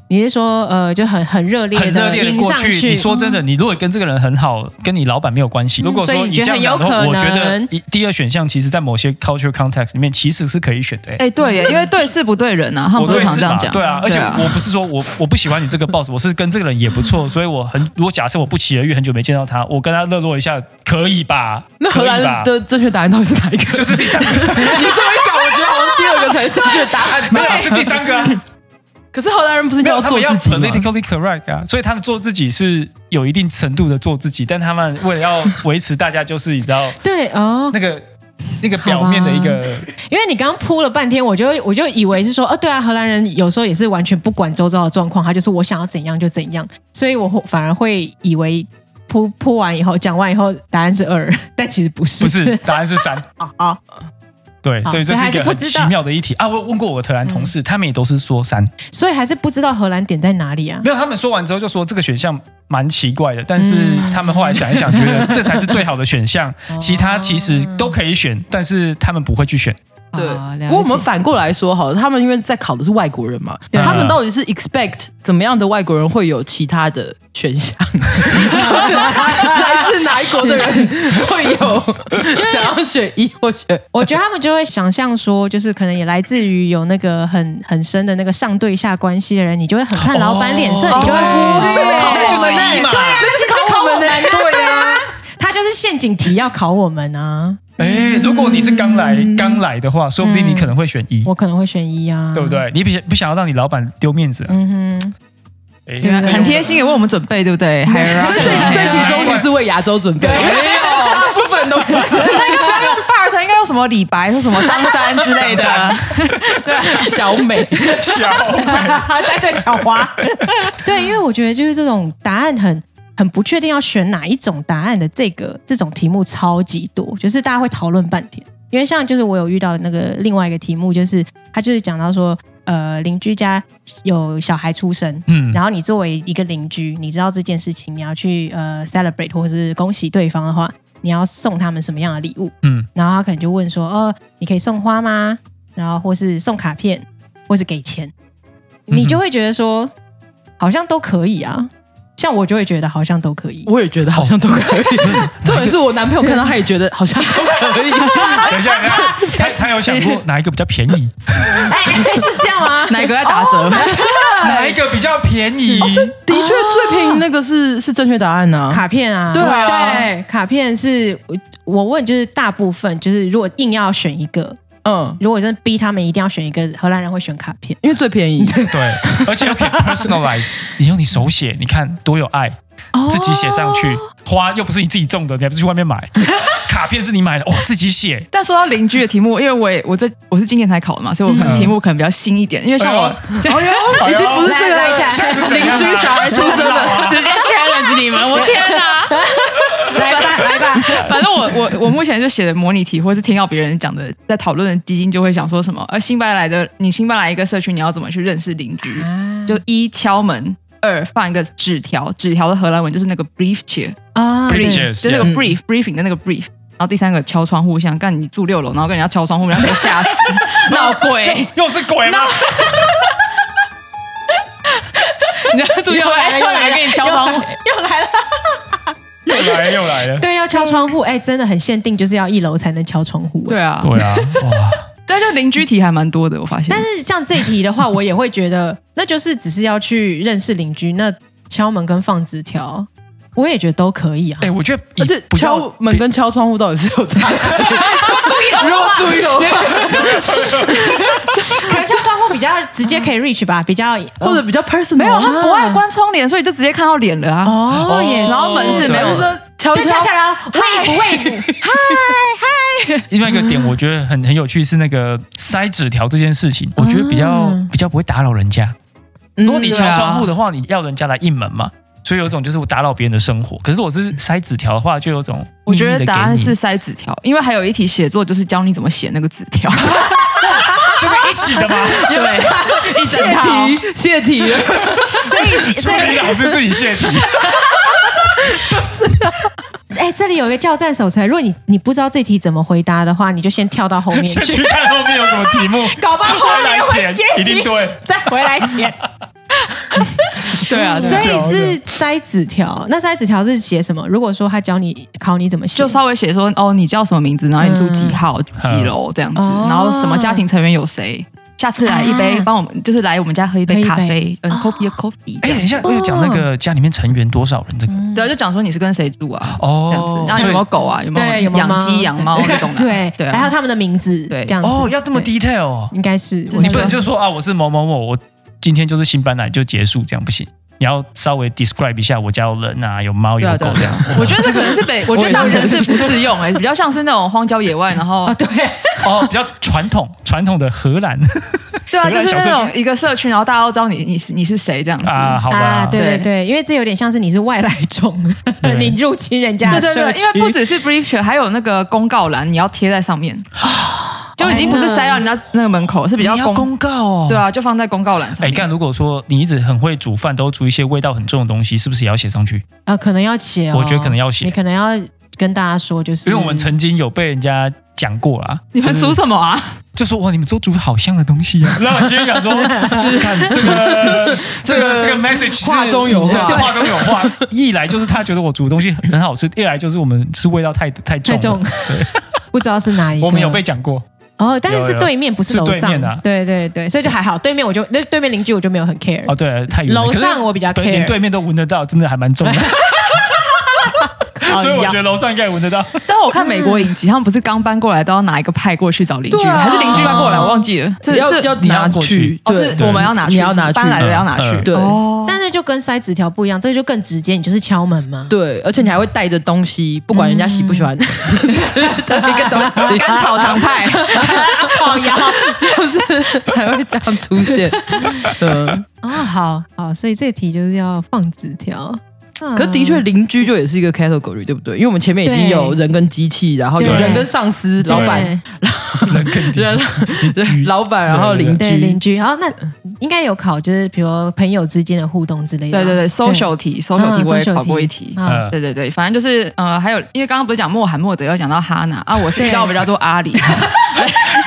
[SPEAKER 1] 你是说呃，就很很热烈
[SPEAKER 2] 很热
[SPEAKER 1] 的
[SPEAKER 2] 烈的
[SPEAKER 1] 迎
[SPEAKER 2] 过
[SPEAKER 1] 上
[SPEAKER 2] 去。你说真的，你如果跟这个人很好，跟你老板没有关系。
[SPEAKER 1] 嗯
[SPEAKER 2] 如果
[SPEAKER 1] 所以
[SPEAKER 2] 说
[SPEAKER 1] 你
[SPEAKER 2] 你
[SPEAKER 1] 觉得
[SPEAKER 2] 这样讲的
[SPEAKER 1] 很有
[SPEAKER 2] 话，
[SPEAKER 1] 可
[SPEAKER 2] 我觉得
[SPEAKER 1] 能
[SPEAKER 2] 一第二选项其实，在某些 culture context 里面，其实是可以选的。欸
[SPEAKER 4] 哎，对耶，因为对事不对人啊，他
[SPEAKER 2] 我
[SPEAKER 4] 们不
[SPEAKER 2] 对
[SPEAKER 4] 是常
[SPEAKER 2] 是
[SPEAKER 4] 这样
[SPEAKER 2] 吧
[SPEAKER 4] 讲，
[SPEAKER 2] 对啊，而且
[SPEAKER 4] 啊
[SPEAKER 2] 我不是说我我不喜欢你这个 boss，我是跟这个人也 不错，所以我很如果假设我不期而遇，很久没见到他，我跟他热络一下，可以吧？
[SPEAKER 3] 那荷
[SPEAKER 2] 可以吧
[SPEAKER 3] 兰的正确答案到底是哪一个？
[SPEAKER 2] 就是 第三个，
[SPEAKER 3] 你这么一讲，我觉得好像第二个才是正确答案。
[SPEAKER 2] 没 有是第三个啊，
[SPEAKER 3] 可是荷兰人不是
[SPEAKER 2] 没有
[SPEAKER 3] 要
[SPEAKER 2] 他
[SPEAKER 3] 做
[SPEAKER 2] 们要
[SPEAKER 3] 自己吗？
[SPEAKER 2] politically correct 啊，所以他们做自己是有一定程度的做自己，但他们为了要维持大家就是你知道。
[SPEAKER 1] 对哦，
[SPEAKER 2] 那个那个表面的一个，
[SPEAKER 1] 因为你刚刚铺了半天，我就我就以为是说，哦，对啊，荷兰人有时候也是完全不管周遭的状况，他就是我想要怎样就怎样，所以我会反而会以为铺铺完以后，讲完以后，答案是二， 但其实不是，
[SPEAKER 2] 不是答案是三啊
[SPEAKER 3] 啊，
[SPEAKER 2] 对，
[SPEAKER 1] 好
[SPEAKER 2] 所以这是
[SPEAKER 1] 所
[SPEAKER 2] 一
[SPEAKER 1] 以还是
[SPEAKER 2] 个
[SPEAKER 1] 不
[SPEAKER 2] 很
[SPEAKER 1] 知
[SPEAKER 2] 奇
[SPEAKER 1] 道
[SPEAKER 2] 妙的一题啊！我问过我的荷兰同事，他们也都是说三，
[SPEAKER 1] 所以还是不知道荷兰点在哪里啊。
[SPEAKER 2] 没有他们说完之后就说这个选项蛮奇怪的，但是他们后来想一想，觉得这才是最好的选项，其他其实都可以选，但是他们不会去选。
[SPEAKER 3] 对
[SPEAKER 4] 啊，了
[SPEAKER 3] 不过我们
[SPEAKER 4] 解
[SPEAKER 3] 反过来说，好了，他们因为在考的是外国人嘛，
[SPEAKER 1] 对
[SPEAKER 3] 他们到底是 expect 怎么样的外国人会有其他的选项？ 就是来自哪一国的人会有
[SPEAKER 1] 就是
[SPEAKER 3] 想要选一或选？
[SPEAKER 1] 我觉得他们就会想象说，就是可能也来自于有那个很很深的那个上对下关系的人，你就会很看老板脸色，
[SPEAKER 2] 哦
[SPEAKER 1] 你就会哎啊忽略。
[SPEAKER 3] 所以考
[SPEAKER 2] 那就是一嘛，
[SPEAKER 1] 那就是考我们的，
[SPEAKER 2] 对呀。
[SPEAKER 1] 他就是陷阱题要考我们啊，
[SPEAKER 2] 哎，如果你是刚来刚来的话，说不定你可能会选一，
[SPEAKER 1] 我可能会选一啊，
[SPEAKER 2] 对不？对？你不想不想要让你老板丢面子啊？
[SPEAKER 1] 嗯哼，
[SPEAKER 2] 哎
[SPEAKER 4] 对啊，很贴心，也为我们准备，对不对？ 海儿啊，
[SPEAKER 3] 所以这这题终于是为亚洲准备，没
[SPEAKER 4] 哎
[SPEAKER 3] 有部分都不是
[SPEAKER 4] 那应该不要用 Bart，应该用什么李白，说什么张三之类 的。
[SPEAKER 3] 小美。
[SPEAKER 2] 小
[SPEAKER 3] 对对，小花，
[SPEAKER 1] 对，因为我觉得就是这种答案很很不确定要选哪一种答案的这个这种题目超级多，就是大家会讨论半天。因为像就是我有遇到那个另外一个题目，就是他就是讲到说，呃，邻居家有小孩出生，
[SPEAKER 2] 嗯
[SPEAKER 1] 然后你作为一个邻居，你知道这件事情，你要去呃 celebrate 或者是恭喜对方的话，你要送他们什么样的礼物？
[SPEAKER 2] 嗯，
[SPEAKER 1] 然后他可能就问说：“哦，你可以送花吗？然后或是送卡片，或是给钱。”
[SPEAKER 2] 嗯
[SPEAKER 1] 你
[SPEAKER 2] 哼
[SPEAKER 1] 就会觉得说，好像都可以啊。像我就会觉得好像都可以。
[SPEAKER 3] 我也觉得好像都可以。重点是我男朋友看到他也觉得好像都可以。
[SPEAKER 2] 等一下，等一下，他他有想过哪一个比较便宜？
[SPEAKER 1] 哎，是这样吗？
[SPEAKER 4] 哪一个在打折？
[SPEAKER 2] 哪一个比较便宜？
[SPEAKER 3] 的确，最便宜那个是是正确答案呢。
[SPEAKER 1] 卡片啊，
[SPEAKER 3] 对啊
[SPEAKER 1] 对，卡片是我我问，就是大部分就是如果硬要选一个，
[SPEAKER 3] 嗯，
[SPEAKER 1] 如果真的逼他们一定要选一个，荷兰人会选卡片。
[SPEAKER 3] 因为最便 宜。
[SPEAKER 2] 对，而且又可以 personalize，你用你手写，你看多有爱，自己写上去，花又不是你自己种的，你还不是去外面买，卡片是你买的，哇，自己写，
[SPEAKER 4] 但说到邻居的题目，因为我也我这我是今年才考的嘛，所以我可能题目可能比较新一点。因为像我
[SPEAKER 2] 哎呦，
[SPEAKER 3] 已经不是这
[SPEAKER 1] 来来
[SPEAKER 3] 个
[SPEAKER 1] 下
[SPEAKER 2] 是怎
[SPEAKER 3] 邻
[SPEAKER 2] 样啊
[SPEAKER 3] 居小孩出生 的，
[SPEAKER 4] 直接 challenge 你们，我天哪！ 来吧来吧， 反正我我我目前就写的模拟题，或是听到别人讲的在讨论的基金，就会想说什么，而新搬来的你新搬来一个社区，你要怎么去认识邻居？
[SPEAKER 1] 啊
[SPEAKER 4] 就一敲门，二放一个纸条，纸条的荷兰文就是那个 brief cheer，
[SPEAKER 1] 啊，
[SPEAKER 2] Pretty
[SPEAKER 1] 对
[SPEAKER 2] cheers，
[SPEAKER 4] 就那个
[SPEAKER 2] yeah
[SPEAKER 4] brief、briefing 的那个 brief。然后第三个敲窗户，想干你住六楼，然后跟人家敲窗户，然后被吓死， 闹鬼！
[SPEAKER 2] 又是鬼吗？
[SPEAKER 4] 你家住六
[SPEAKER 1] 又
[SPEAKER 4] 楼，
[SPEAKER 1] 来了
[SPEAKER 4] 又来给你敲窗户，
[SPEAKER 2] 又来了又来了，
[SPEAKER 1] 对，要敲窗 户，哎，真的很限定，就是要一楼才能敲窗户。哎
[SPEAKER 4] 对啊，
[SPEAKER 2] 对啊，哇，
[SPEAKER 4] 但就邻居题还蛮多的，我发现。
[SPEAKER 1] 但是像这一题的话，我也会觉得，那就是只是要去认识邻居，那敲门跟放纸条，我也觉得都可以啊。
[SPEAKER 2] 哎，我觉得以
[SPEAKER 3] 而且
[SPEAKER 2] 不要
[SPEAKER 3] 敲门跟敲窗户到底是有差别。如果注意的话，
[SPEAKER 1] 可能敲窗户比较直接 可以 reach 吧，比较
[SPEAKER 3] 或者比较 personal，
[SPEAKER 4] 没有，他不爱关窗帘，所以就直接看到脸了啊。
[SPEAKER 1] 啊哦也是，
[SPEAKER 4] 然后门是没有
[SPEAKER 3] 就是敲
[SPEAKER 1] 就
[SPEAKER 3] 敲
[SPEAKER 1] 敲。下来 wave wave，
[SPEAKER 2] 另外一个点，我觉得很很有趣是那个塞纸条这件事情，我觉得比较
[SPEAKER 4] 嗯
[SPEAKER 2] 比较不会打扰人家。
[SPEAKER 3] 如
[SPEAKER 2] 如果你敲窗户的话，你要人家来应门嘛，
[SPEAKER 4] 啊
[SPEAKER 2] 所以有一种就是我打扰别人的生活。可是我是塞纸条的话，就有种
[SPEAKER 4] 我觉
[SPEAKER 2] 秘
[SPEAKER 4] 得
[SPEAKER 2] 密地
[SPEAKER 4] 答案
[SPEAKER 2] 给你
[SPEAKER 4] 是塞纸条，因为还有一题写作就是教你怎么写那个纸 条，
[SPEAKER 2] 就是一起的嘛，
[SPEAKER 4] 对，一
[SPEAKER 3] 谢
[SPEAKER 4] 整套。
[SPEAKER 3] 题，谢题了，
[SPEAKER 1] 所 以所以
[SPEAKER 2] 老师自己泄 题。
[SPEAKER 1] 哎，这里有一个叫战手册，如果你你不知道这题怎么回答的话，你就先跳到后面
[SPEAKER 2] 先
[SPEAKER 1] 去
[SPEAKER 2] 去，看后面有什么题目，
[SPEAKER 1] 搞不好后面会
[SPEAKER 2] 填
[SPEAKER 1] 写
[SPEAKER 2] 一定
[SPEAKER 1] 你，
[SPEAKER 2] 对。
[SPEAKER 1] 再回来填。
[SPEAKER 4] 对啊，对
[SPEAKER 1] 所
[SPEAKER 4] 啊
[SPEAKER 1] 以是塞纸条，那塞纸条是写什么？如果说他教你考你怎么写，
[SPEAKER 4] 就稍微写说哦，你叫什么名字，然后你住几号、几楼这样子，
[SPEAKER 1] 哦
[SPEAKER 4] 然后什么家庭成员有谁。下次来一杯
[SPEAKER 1] 啊，
[SPEAKER 4] 帮我们就是来我们家喝一
[SPEAKER 1] 喝
[SPEAKER 4] 杯
[SPEAKER 1] 一杯
[SPEAKER 4] 咖啡，嗯，coffee coffee，这
[SPEAKER 2] 哎，
[SPEAKER 4] 样
[SPEAKER 2] 等一下，我有讲那
[SPEAKER 4] 嗯
[SPEAKER 2] 个家里面成员多少人这个
[SPEAKER 4] 对啊，就讲说你是跟谁住啊，这样子
[SPEAKER 2] 哦，，
[SPEAKER 4] 然后有
[SPEAKER 2] 所以
[SPEAKER 4] 没有狗啊，有没
[SPEAKER 1] 对有
[SPEAKER 4] 有
[SPEAKER 1] 没有
[SPEAKER 4] 养鸡
[SPEAKER 1] 猫
[SPEAKER 4] 养猫那种的，
[SPEAKER 1] 对
[SPEAKER 4] 对
[SPEAKER 1] 还有
[SPEAKER 4] 啊，
[SPEAKER 1] 他们的名字，
[SPEAKER 4] 对
[SPEAKER 1] 这样子
[SPEAKER 2] 哦要这么 detail 哦，
[SPEAKER 1] 应该是
[SPEAKER 4] 这
[SPEAKER 1] 我
[SPEAKER 2] 你
[SPEAKER 4] 是
[SPEAKER 2] 不能
[SPEAKER 1] 觉得
[SPEAKER 2] 就说啊，我是某某某，我今天就是新搬来就结束，这样不行。你要稍微 describe 一下我家有人啊，有猫
[SPEAKER 4] 对
[SPEAKER 2] 有
[SPEAKER 4] 啊
[SPEAKER 2] 狗
[SPEAKER 4] 对啊
[SPEAKER 2] 这样。
[SPEAKER 4] 我觉得这可能是北，我觉得大城市不适用哎、比较像是那种荒郊野外，然后
[SPEAKER 1] 啊，对，
[SPEAKER 2] 哦，比较传统 传统的荷兰
[SPEAKER 4] 对啊，就是那
[SPEAKER 2] 小社
[SPEAKER 4] 种一个社区，然后大家都知道你你是你是谁这样子。
[SPEAKER 2] 啊，好吧
[SPEAKER 1] 啊，，对对
[SPEAKER 4] 嗯对
[SPEAKER 1] 对，因为这有点像是你是外来种
[SPEAKER 2] 对，
[SPEAKER 1] 你入侵人家
[SPEAKER 4] 对
[SPEAKER 1] 的
[SPEAKER 4] 对
[SPEAKER 1] 社
[SPEAKER 4] 对，
[SPEAKER 1] 区，
[SPEAKER 4] 因为不只是 briefing，还有那个公告栏，你要贴在上面，就已经不是塞到人家那个门口，是比较
[SPEAKER 2] 你要
[SPEAKER 4] 公，
[SPEAKER 2] 告哦
[SPEAKER 4] 对。啊，就放在公告栏上
[SPEAKER 2] 哎，
[SPEAKER 4] 面。
[SPEAKER 2] 干！如果说你一直很会煮饭，都煮一些味道很重的东西，是不是也要写上去？
[SPEAKER 1] 啊，可能要写哦，
[SPEAKER 2] 我觉得可能要写
[SPEAKER 1] 你可能要跟大家说，就是
[SPEAKER 2] 因为我
[SPEAKER 4] 嗯
[SPEAKER 2] 们曾经有被人家讲过啦，
[SPEAKER 4] 你们煮什么啊？
[SPEAKER 2] 就说哇，你们都煮好香的东西 啊！然后我心里想说，是看这个这个这个 message 是
[SPEAKER 3] 话中有话
[SPEAKER 2] 对话中有话。 一来就是他觉得我煮的东西很好吃，二来就是我们吃味道太太重
[SPEAKER 1] 太
[SPEAKER 2] 了。
[SPEAKER 1] 重，不知道是哪一个。
[SPEAKER 2] 我们有被讲过，
[SPEAKER 1] 哦，但是
[SPEAKER 2] 有
[SPEAKER 1] 是
[SPEAKER 2] 有
[SPEAKER 1] 对面不是
[SPEAKER 2] 是
[SPEAKER 1] 楼
[SPEAKER 2] 对
[SPEAKER 1] 上
[SPEAKER 2] 面啊
[SPEAKER 1] 对对对，所以就还好。对面我就那对面邻居我就没有很 care，、
[SPEAKER 2] 哦，对，太远了
[SPEAKER 1] 楼上我比较
[SPEAKER 2] 可是对连
[SPEAKER 1] care
[SPEAKER 2] 对面都闻得到，真的还蛮 重的。
[SPEAKER 1] 哦
[SPEAKER 2] 所以
[SPEAKER 1] 一
[SPEAKER 2] 我
[SPEAKER 1] 样
[SPEAKER 2] 觉得楼上应该也闻得到。
[SPEAKER 4] 但我看美国影集，他们不是刚搬过来都要拿一个派过去找邻居，
[SPEAKER 3] 对啊
[SPEAKER 4] 还是邻居搬过来？我忘记了，这
[SPEAKER 3] 要
[SPEAKER 4] 是
[SPEAKER 3] 要
[SPEAKER 2] 你要
[SPEAKER 3] 拿
[SPEAKER 2] 过去
[SPEAKER 3] 去，
[SPEAKER 4] 哦，
[SPEAKER 3] 对
[SPEAKER 4] 是我们要拿去，
[SPEAKER 3] 你要拿去
[SPEAKER 4] 搬来的要拿去
[SPEAKER 2] 嗯嗯，
[SPEAKER 3] 对
[SPEAKER 4] 哦
[SPEAKER 1] 但是就跟塞纸条不一样，这就更直接，你就是敲门嘛。
[SPEAKER 3] 对，而且你还会带着东西，不管人家喜不喜欢吃的一个东西，
[SPEAKER 4] 甘草堂派，
[SPEAKER 1] 烤窑
[SPEAKER 3] 就是还会这样出现。嗯，
[SPEAKER 1] 啊，
[SPEAKER 2] 哦
[SPEAKER 1] 好好，所以这题就是要放纸条。嗯可
[SPEAKER 3] 可的确，邻居就也是一个 category，对不对？因为我们前面已经
[SPEAKER 1] 对
[SPEAKER 3] 有人跟机器，然后有
[SPEAKER 1] 对
[SPEAKER 3] 人跟上司、老板、
[SPEAKER 2] 人肯定
[SPEAKER 3] 人、
[SPEAKER 2] 举
[SPEAKER 3] 老板，然后邻
[SPEAKER 1] 对
[SPEAKER 3] 居
[SPEAKER 1] 邻。居，好，那应该有考，就是比如说朋友之间的互动之类的
[SPEAKER 4] 对
[SPEAKER 1] 吧。
[SPEAKER 4] 对对，social 题，social
[SPEAKER 1] 嗯
[SPEAKER 4] 题我也
[SPEAKER 1] social
[SPEAKER 4] 考过
[SPEAKER 1] 题
[SPEAKER 4] 一题。
[SPEAKER 1] 啊，
[SPEAKER 2] 呃
[SPEAKER 4] 对对对，反正就是呃，还有因为刚刚不是讲穆罕默德要讲到哈娜啊，我是
[SPEAKER 1] 对
[SPEAKER 4] 知道比较 多阿里，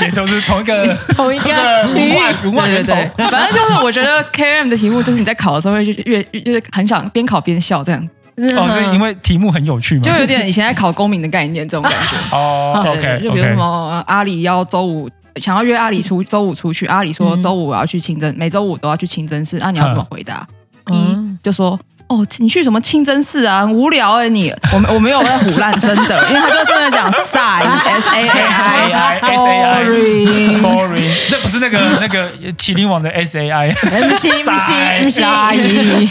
[SPEAKER 2] 也都是同一个
[SPEAKER 1] 同一
[SPEAKER 2] 同一个文化文化
[SPEAKER 4] 对对
[SPEAKER 2] 源头。
[SPEAKER 4] 对，反正就是我觉得 K M 的题目就是你在考的时候会就越就是很想边考边笑这样，
[SPEAKER 1] 嗯
[SPEAKER 2] 哦，是因为题目很有趣嘛
[SPEAKER 4] 就？有点以前在考公民的概念这种感觉。
[SPEAKER 2] 哦
[SPEAKER 4] 对对
[SPEAKER 2] ，OK，
[SPEAKER 4] 对就比如什么呃阿里要周五想要约阿里出周五出去，阿里说周五我要去清真，每周五都要去清真寺，那啊你要怎么回答？
[SPEAKER 1] 嗯
[SPEAKER 4] 一就说。哦，你去什么清真寺啊？很无聊哎、你我没我没有在胡乱，真的，因为他就真的讲 sai s a
[SPEAKER 2] S A I
[SPEAKER 4] i
[SPEAKER 2] S A I
[SPEAKER 4] boring
[SPEAKER 2] boring，这不是那个那个麒麟网的 S A I，
[SPEAKER 1] 嗯哎不行不行不行，
[SPEAKER 4] 阿姨。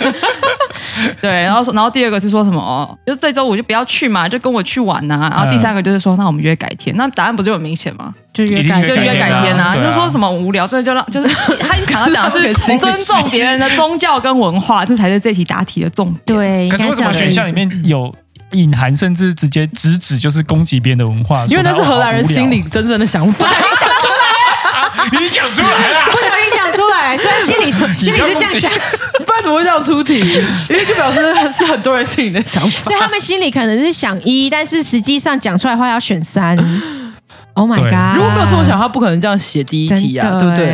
[SPEAKER 4] 对，然后说，然后第二个是说什么？哦，就是这周五就不要去嘛，就跟我去玩呐、然后第三个就是说，那我们约改天。那答案不是很明显吗？
[SPEAKER 1] 就
[SPEAKER 2] 一定
[SPEAKER 1] 约改
[SPEAKER 2] 就
[SPEAKER 4] 就
[SPEAKER 2] 约
[SPEAKER 4] 约
[SPEAKER 2] 改
[SPEAKER 4] 改
[SPEAKER 2] 天
[SPEAKER 4] 天
[SPEAKER 2] 啊
[SPEAKER 4] 啊，
[SPEAKER 2] 对啊
[SPEAKER 4] 就说什么无聊，这就让 就是他想要讲 的是尊重别人的宗教跟文化，这才是这题答题的重点。
[SPEAKER 1] 对，
[SPEAKER 2] 可是为什么选项里面有隐含甚至直接直指就是攻击别人的文化？
[SPEAKER 3] 因为那是
[SPEAKER 2] 说他
[SPEAKER 3] 荷兰人心里，真正的想法，
[SPEAKER 2] 你讲出来 啊啦。
[SPEAKER 1] 不小心讲出来，虽然心里心里是这样想，
[SPEAKER 3] 不然怎么会这样出题？因为就表示是很多人心里的想 法
[SPEAKER 1] 所以。他们心里可能是想一，但是实际上讲出来的话要选三。Oh my
[SPEAKER 2] 对
[SPEAKER 1] god！
[SPEAKER 3] 如果没有这么想，他不可能这样写第一
[SPEAKER 1] 真的欸，
[SPEAKER 3] 题啊，对不对？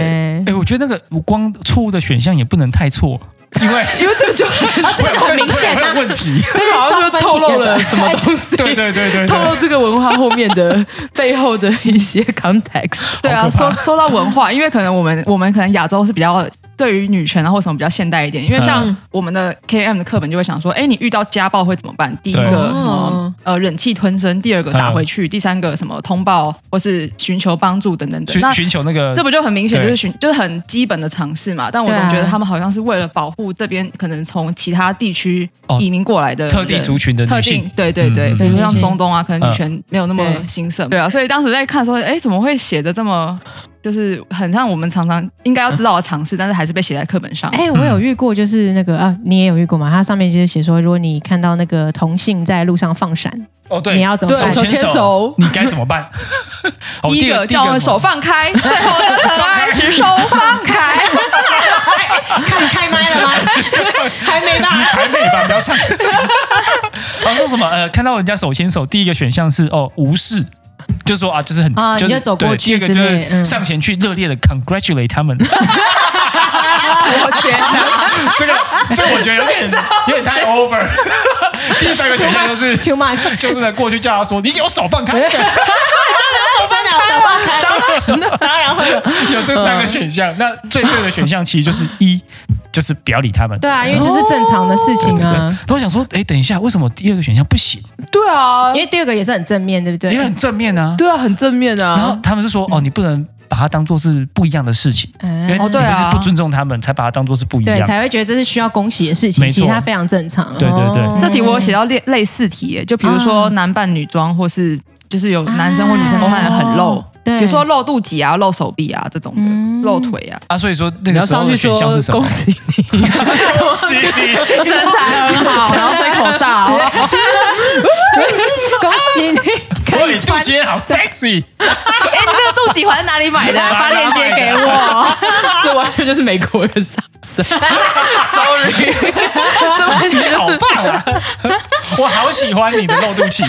[SPEAKER 2] 哎、我觉得那个光错误的选项也不能太错，因为
[SPEAKER 3] 因为这个就
[SPEAKER 1] 啊，这个就很明显
[SPEAKER 2] 会有
[SPEAKER 1] 啊，
[SPEAKER 2] 问题。
[SPEAKER 1] 这个
[SPEAKER 3] 好
[SPEAKER 1] 上
[SPEAKER 3] 像就
[SPEAKER 1] 分
[SPEAKER 3] 透露
[SPEAKER 1] 题的
[SPEAKER 3] 了什么东西，
[SPEAKER 2] 对对对对
[SPEAKER 3] 透
[SPEAKER 2] 对
[SPEAKER 3] 露这个文化后面的背后的一些 context。
[SPEAKER 4] 对啊，
[SPEAKER 2] 好可怕
[SPEAKER 4] 说说到文化，因为可能我们我们可能亚洲是比较对于女权啊或什么比较现代一点，因为像
[SPEAKER 1] 嗯
[SPEAKER 4] 我们的 K M 的课本就会想说，哎，你遇到家暴会怎么办？第一个
[SPEAKER 2] 对嗯
[SPEAKER 4] 什么
[SPEAKER 1] 哦
[SPEAKER 4] 呃忍气吞声，第二个打回去，第三个什么通报或是寻求帮助等等等。那
[SPEAKER 2] 寻寻求那个
[SPEAKER 4] 这不就很明显
[SPEAKER 2] 呃对
[SPEAKER 4] 就是寻就是很基本的尝试嘛？但我
[SPEAKER 1] 对
[SPEAKER 4] 总
[SPEAKER 1] 啊
[SPEAKER 4] 觉得他们好像是为了保护这边可能从其他地区
[SPEAKER 2] 哦
[SPEAKER 4] 移民过来的人、
[SPEAKER 2] 特定族群的
[SPEAKER 4] 特
[SPEAKER 2] 女性
[SPEAKER 4] 定，对对对，
[SPEAKER 2] 嗯
[SPEAKER 4] 比如像
[SPEAKER 1] 女性
[SPEAKER 4] 中东啊，可能女权没有那么
[SPEAKER 1] 对
[SPEAKER 4] 兴盛，对啊，所以当时在看的时候，哎，怎么会写的这么就是很像我们常常应该要知道的尝试，但是还是被写在课本上。
[SPEAKER 1] 哎、我有遇过，就是那个啊，你也有遇过嘛？它上面就是写说，如果你看到那个同性在路上放闪，
[SPEAKER 2] 哦，对，
[SPEAKER 1] 你要怎么
[SPEAKER 3] 对
[SPEAKER 1] 办？
[SPEAKER 2] 手
[SPEAKER 3] 手
[SPEAKER 2] 牵
[SPEAKER 3] 牵
[SPEAKER 2] 手，
[SPEAKER 3] 手
[SPEAKER 2] 你该怎么办？哦
[SPEAKER 4] 第一
[SPEAKER 2] 个
[SPEAKER 4] 个叫我们手
[SPEAKER 2] 放。
[SPEAKER 4] 放开， 最后的尘埃是手放开。
[SPEAKER 1] 看开麦 了吗？还没吧？
[SPEAKER 2] 还可以吧，不要唱。然后说什么？呃，看到人家手牵手，第一个选项是哦无视，就是说啊，就是很
[SPEAKER 1] 啊
[SPEAKER 2] 是
[SPEAKER 1] 你就走过去
[SPEAKER 2] 对第二个就
[SPEAKER 1] 之类
[SPEAKER 2] 是
[SPEAKER 1] 嗯
[SPEAKER 2] 上前去热烈的 congratulate 他们。
[SPEAKER 4] 我天哪！
[SPEAKER 2] 这个这个我觉得有点有点太 over。第三个选项就是
[SPEAKER 1] Too much，
[SPEAKER 2] 就是呢过去叫他说你给我手 放开。
[SPEAKER 1] 手放开，手放开，
[SPEAKER 2] 有这三个选项，那最对的选项其实就是一，就是不要理他们。
[SPEAKER 1] 对啊，因为就是正常的事情
[SPEAKER 2] 对。
[SPEAKER 1] 啊。
[SPEAKER 2] 然后我想说，哎，等一下，为什么第二个选项不行？
[SPEAKER 3] 对啊
[SPEAKER 2] 哦
[SPEAKER 1] 因，为第二个也是很正面，对不
[SPEAKER 2] 因为
[SPEAKER 1] 对？
[SPEAKER 2] 很正面啊。
[SPEAKER 3] 对啊，很正面
[SPEAKER 2] 然后
[SPEAKER 3] 啊。
[SPEAKER 2] 他们是说，哦，你不能把它当做是不一样的事情，因为
[SPEAKER 1] 嗯，
[SPEAKER 2] 你
[SPEAKER 4] 哦对
[SPEAKER 2] 们
[SPEAKER 4] 啊
[SPEAKER 2] 是不尊重他们，才把它当做是不一
[SPEAKER 1] 对，
[SPEAKER 2] 样。
[SPEAKER 1] 才会觉得这是需要恭喜的事情，
[SPEAKER 2] 没错
[SPEAKER 1] 其实它非常正常。
[SPEAKER 2] 对对对
[SPEAKER 1] 哦
[SPEAKER 4] 这题我有写到类类似题耶，就比如说
[SPEAKER 1] 啊
[SPEAKER 4] 男扮女装，或是就是有男生或女生穿的很露，
[SPEAKER 2] 哦
[SPEAKER 1] 对，
[SPEAKER 4] 比如说露肚脐啊、露手臂啊这种
[SPEAKER 1] 嗯
[SPEAKER 4] 的，露腿啊，
[SPEAKER 2] 啊，所以说那
[SPEAKER 3] 你
[SPEAKER 2] 个
[SPEAKER 3] 要
[SPEAKER 2] 时候
[SPEAKER 3] 上
[SPEAKER 2] 的
[SPEAKER 3] 去
[SPEAKER 2] 选
[SPEAKER 3] 说
[SPEAKER 2] 项是什么
[SPEAKER 3] 恭？喜 你，
[SPEAKER 2] 恭喜你！
[SPEAKER 4] 身材很 好，然后吹口哨，
[SPEAKER 1] 恭喜你，
[SPEAKER 2] 我你肚脐眼好 sexy，
[SPEAKER 4] 哎，你这个肚鹿脊环哪里买的？ 把链接给我。
[SPEAKER 3] 这完全就是美国人上 身。Sorry，
[SPEAKER 2] 你 好棒啊！我好喜欢你的漏肚脐，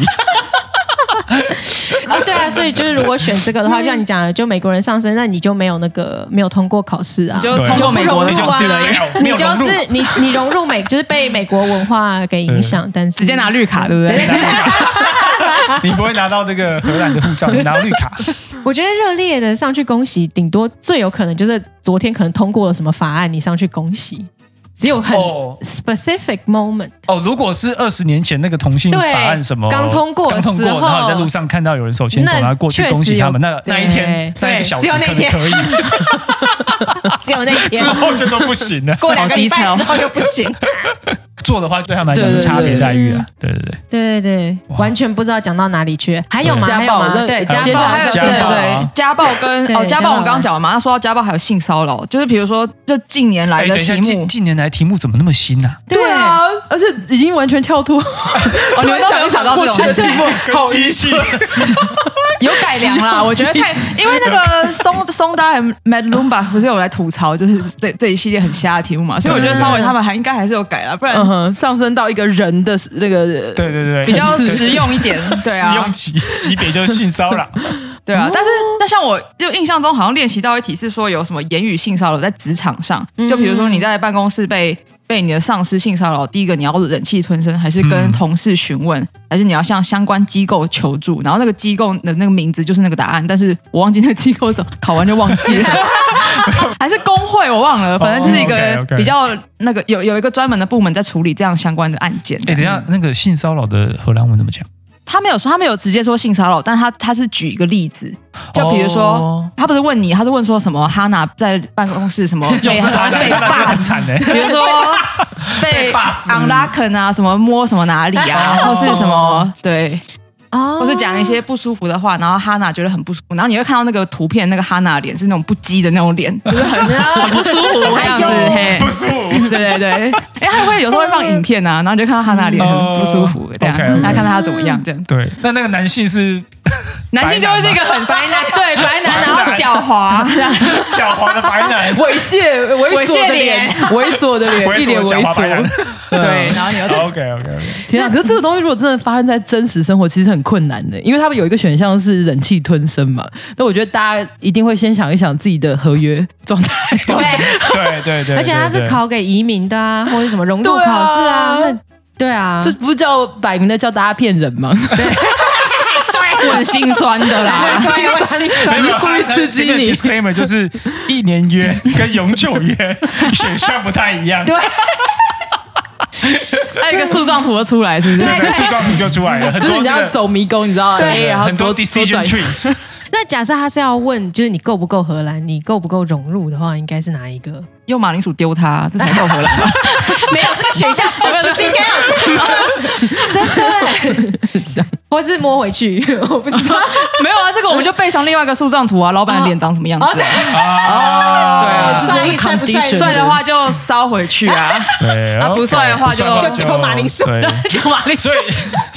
[SPEAKER 1] 啊，对啊，所以就是如果选这个的 话，像你讲的，就美国人上身，那你就没有那个没有通过考试啊，
[SPEAKER 4] 就
[SPEAKER 2] 对
[SPEAKER 4] 通过美国的
[SPEAKER 1] 你就
[SPEAKER 2] 就
[SPEAKER 1] 不
[SPEAKER 2] 是
[SPEAKER 1] 融入
[SPEAKER 2] 没
[SPEAKER 1] 啊
[SPEAKER 2] 有没
[SPEAKER 1] 你
[SPEAKER 2] 有融
[SPEAKER 1] 就
[SPEAKER 2] 入
[SPEAKER 1] 是你你融入美，就是被美国文化给影
[SPEAKER 2] 嗯
[SPEAKER 1] 响，但是
[SPEAKER 4] 直接拿绿卡，对不
[SPEAKER 3] 啊
[SPEAKER 4] 对？
[SPEAKER 2] 你不会拿到这个荷兰的护照，你拿到绿卡。
[SPEAKER 1] 我觉得热烈的上去恭喜，顶多最有可能就是昨天可能通过了什么法案，你上去恭喜，只有很
[SPEAKER 2] 哦
[SPEAKER 1] specific moment。
[SPEAKER 2] 哦，如果是二十年前那个同性法案什么
[SPEAKER 1] 对刚通过的
[SPEAKER 2] 刚通过，
[SPEAKER 1] 时候
[SPEAKER 2] 然后你在路上看到有人手牵手，
[SPEAKER 1] 那
[SPEAKER 2] 然后过去
[SPEAKER 1] 确实
[SPEAKER 2] 恭喜他们，
[SPEAKER 1] 有
[SPEAKER 2] 那那一天
[SPEAKER 1] 对
[SPEAKER 2] 那一个小时
[SPEAKER 1] 只有
[SPEAKER 2] 可
[SPEAKER 1] 那
[SPEAKER 2] 能
[SPEAKER 1] 天
[SPEAKER 2] 可以，
[SPEAKER 1] 只有那一天
[SPEAKER 2] 之，后就都不行了。
[SPEAKER 1] 过两个礼拜
[SPEAKER 4] 好低
[SPEAKER 1] 之
[SPEAKER 4] 潮
[SPEAKER 1] 后就不行。
[SPEAKER 2] 做的话对他们来讲是差别待遇啊，对对对。
[SPEAKER 1] 对对对，
[SPEAKER 2] 哇
[SPEAKER 1] 完全不知道讲到哪里去。还有吗？
[SPEAKER 3] 对
[SPEAKER 1] 还有
[SPEAKER 3] 家暴
[SPEAKER 1] 吗？对，
[SPEAKER 3] 那
[SPEAKER 1] 家
[SPEAKER 3] 接
[SPEAKER 1] 暴
[SPEAKER 3] 下来
[SPEAKER 1] 还有
[SPEAKER 2] 家
[SPEAKER 1] 对
[SPEAKER 2] 暴
[SPEAKER 1] 对对
[SPEAKER 2] 啊
[SPEAKER 4] 对家暴跟
[SPEAKER 1] 对
[SPEAKER 4] 哦家
[SPEAKER 1] 家暴
[SPEAKER 4] 暴我刚刚讲了嘛，那说到家暴还有性骚扰，就是比如说就近年来
[SPEAKER 2] 哎，
[SPEAKER 4] 的
[SPEAKER 2] 等一下，
[SPEAKER 4] 题
[SPEAKER 2] 近
[SPEAKER 4] 目，
[SPEAKER 2] 近年来题目怎么那么新呐？
[SPEAKER 3] 对啊，而且已经完全跳脱，
[SPEAKER 4] 哦你们都没有想到
[SPEAKER 3] 过
[SPEAKER 4] 这
[SPEAKER 3] 去
[SPEAKER 4] 种
[SPEAKER 3] 的题目，
[SPEAKER 2] 跟机器
[SPEAKER 4] 有改良啦，我觉得太，因为那个松松达和 Mad Lumba 不是有来吐槽，就是这这一系列很瞎的题目嘛，所以我觉得稍微他们还应该还是有改啦，不然
[SPEAKER 3] 嗯哼，上升到一个人的那个，
[SPEAKER 2] 对对对，
[SPEAKER 4] 比 较实用一点，对
[SPEAKER 2] 实
[SPEAKER 4] 啊
[SPEAKER 2] 用，级级别就是性骚扰，
[SPEAKER 4] 对
[SPEAKER 2] 哦
[SPEAKER 4] 啊。但是那像我就印象中好像练习到一题是说有什么言语性骚扰在职场上，
[SPEAKER 2] 嗯
[SPEAKER 4] 就比如说你在办公室被。被你的上司性骚扰，第一个你要忍气吞声，还是跟
[SPEAKER 2] 嗯
[SPEAKER 4] 同事询问，还是你要向相关机构求助？然后那个机构的那个名字就是那个答案，但是我忘记那个机构是什么，考完就忘记 了。 还是工会，我忘了，反正就是一
[SPEAKER 2] 哦
[SPEAKER 4] 个
[SPEAKER 2] ，OK，OK
[SPEAKER 4] 比较那个有有一个专门的部门在处理这样相关的案件。
[SPEAKER 2] 哎、等一下，那个性骚扰的荷兰文怎么讲？
[SPEAKER 4] 他没有说，他没有直接说性骚扰，但他他是举一个例子，就比如说、
[SPEAKER 2] 哦
[SPEAKER 4] 他不是问你，他是问说什么哈娜在办公 室什么被
[SPEAKER 2] 他
[SPEAKER 4] 被
[SPEAKER 2] 那
[SPEAKER 4] 霸
[SPEAKER 2] 很
[SPEAKER 4] 死，
[SPEAKER 2] 惨欸的、
[SPEAKER 4] 比如 说被
[SPEAKER 2] 被霸死
[SPEAKER 4] unlock 啊，什么摸什么哪里啊，
[SPEAKER 2] 哦
[SPEAKER 4] 或是什么对，
[SPEAKER 1] 哦
[SPEAKER 4] 或是讲一些不舒服的话，然后哈娜觉得很不舒服，然后你会看到那个图片，那个哈娜脸是那种不羁的那种脸，就是很很不舒服这样子，
[SPEAKER 2] 哎
[SPEAKER 4] 嘿
[SPEAKER 2] 不舒服。
[SPEAKER 4] 对对对，哎，他会有时候会放影片啊，然后你就看到他那脸很不舒服
[SPEAKER 2] 哦，
[SPEAKER 4] 这样，
[SPEAKER 2] OK，OK
[SPEAKER 4] 大家看到他怎么样，这样。
[SPEAKER 2] 对，那那个男性是
[SPEAKER 4] 男性就会是一个很白男， 对白男，然后狡猾，
[SPEAKER 2] 狡猾的白男
[SPEAKER 3] 猥亵、猥琐的脸、猥琐的
[SPEAKER 2] 我
[SPEAKER 3] 脸，一
[SPEAKER 2] 也
[SPEAKER 3] 脸
[SPEAKER 2] 是
[SPEAKER 3] 猥
[SPEAKER 2] 狡猾白男
[SPEAKER 3] 琐。。
[SPEAKER 4] 对，然后你又
[SPEAKER 2] OK OK OK，
[SPEAKER 3] 天啊！可是这个东西如果真的发生在真实生活，其实很困难的，因为他们有一个选项是忍气吞声嘛。那我觉得大家一定会先想一想自己的合约状态。
[SPEAKER 1] 对，
[SPEAKER 2] 对对对，
[SPEAKER 1] 而且他是
[SPEAKER 2] 对，
[SPEAKER 1] 考给移民的啊，或者什么融入
[SPEAKER 3] 对啊
[SPEAKER 1] 考试啊，那对啊
[SPEAKER 3] 这，不是叫摆明的叫大家骗人吗？
[SPEAKER 4] 混心酸的啦，
[SPEAKER 1] 啊
[SPEAKER 2] 对没有
[SPEAKER 3] 故意刺激
[SPEAKER 2] 那那那
[SPEAKER 3] 你
[SPEAKER 2] 哎 disclaimer 就是一年约跟永久约选项不太一样。
[SPEAKER 1] 对
[SPEAKER 4] 还有一个树状图就出来，是不是？
[SPEAKER 2] 那树状图就出来了，很
[SPEAKER 3] 就
[SPEAKER 2] 多
[SPEAKER 3] 是你
[SPEAKER 2] 这
[SPEAKER 3] 要
[SPEAKER 2] 个
[SPEAKER 3] 走迷宫，你知道吗？
[SPEAKER 2] 对
[SPEAKER 3] 哎然后
[SPEAKER 2] 很
[SPEAKER 3] 左
[SPEAKER 2] 多
[SPEAKER 3] 左
[SPEAKER 2] decision
[SPEAKER 3] 转
[SPEAKER 2] trees。
[SPEAKER 1] 那假设他是要问，就是你够不够荷兰，你够不够融入的话，应该是哪 一个？
[SPEAKER 4] 用马铃薯丢他，这才叫荷兰。
[SPEAKER 1] 没有这个选项，我其实应该有，真的，或是摸回去， 我不知道。
[SPEAKER 4] 没有啊，这个我们就背上另外一个树状图啊，老板的脸长什么样子啊？
[SPEAKER 2] 啊，
[SPEAKER 3] 对
[SPEAKER 1] 帅帅不帅？
[SPEAKER 3] 对
[SPEAKER 4] 帅
[SPEAKER 1] 帅
[SPEAKER 4] 的话就烧回去啊，
[SPEAKER 2] 对
[SPEAKER 4] 啊
[SPEAKER 2] OK，
[SPEAKER 4] 不帅的话就
[SPEAKER 2] 不帅的话
[SPEAKER 1] 就丢马铃薯
[SPEAKER 2] 对
[SPEAKER 4] 就马铃薯
[SPEAKER 2] 所。以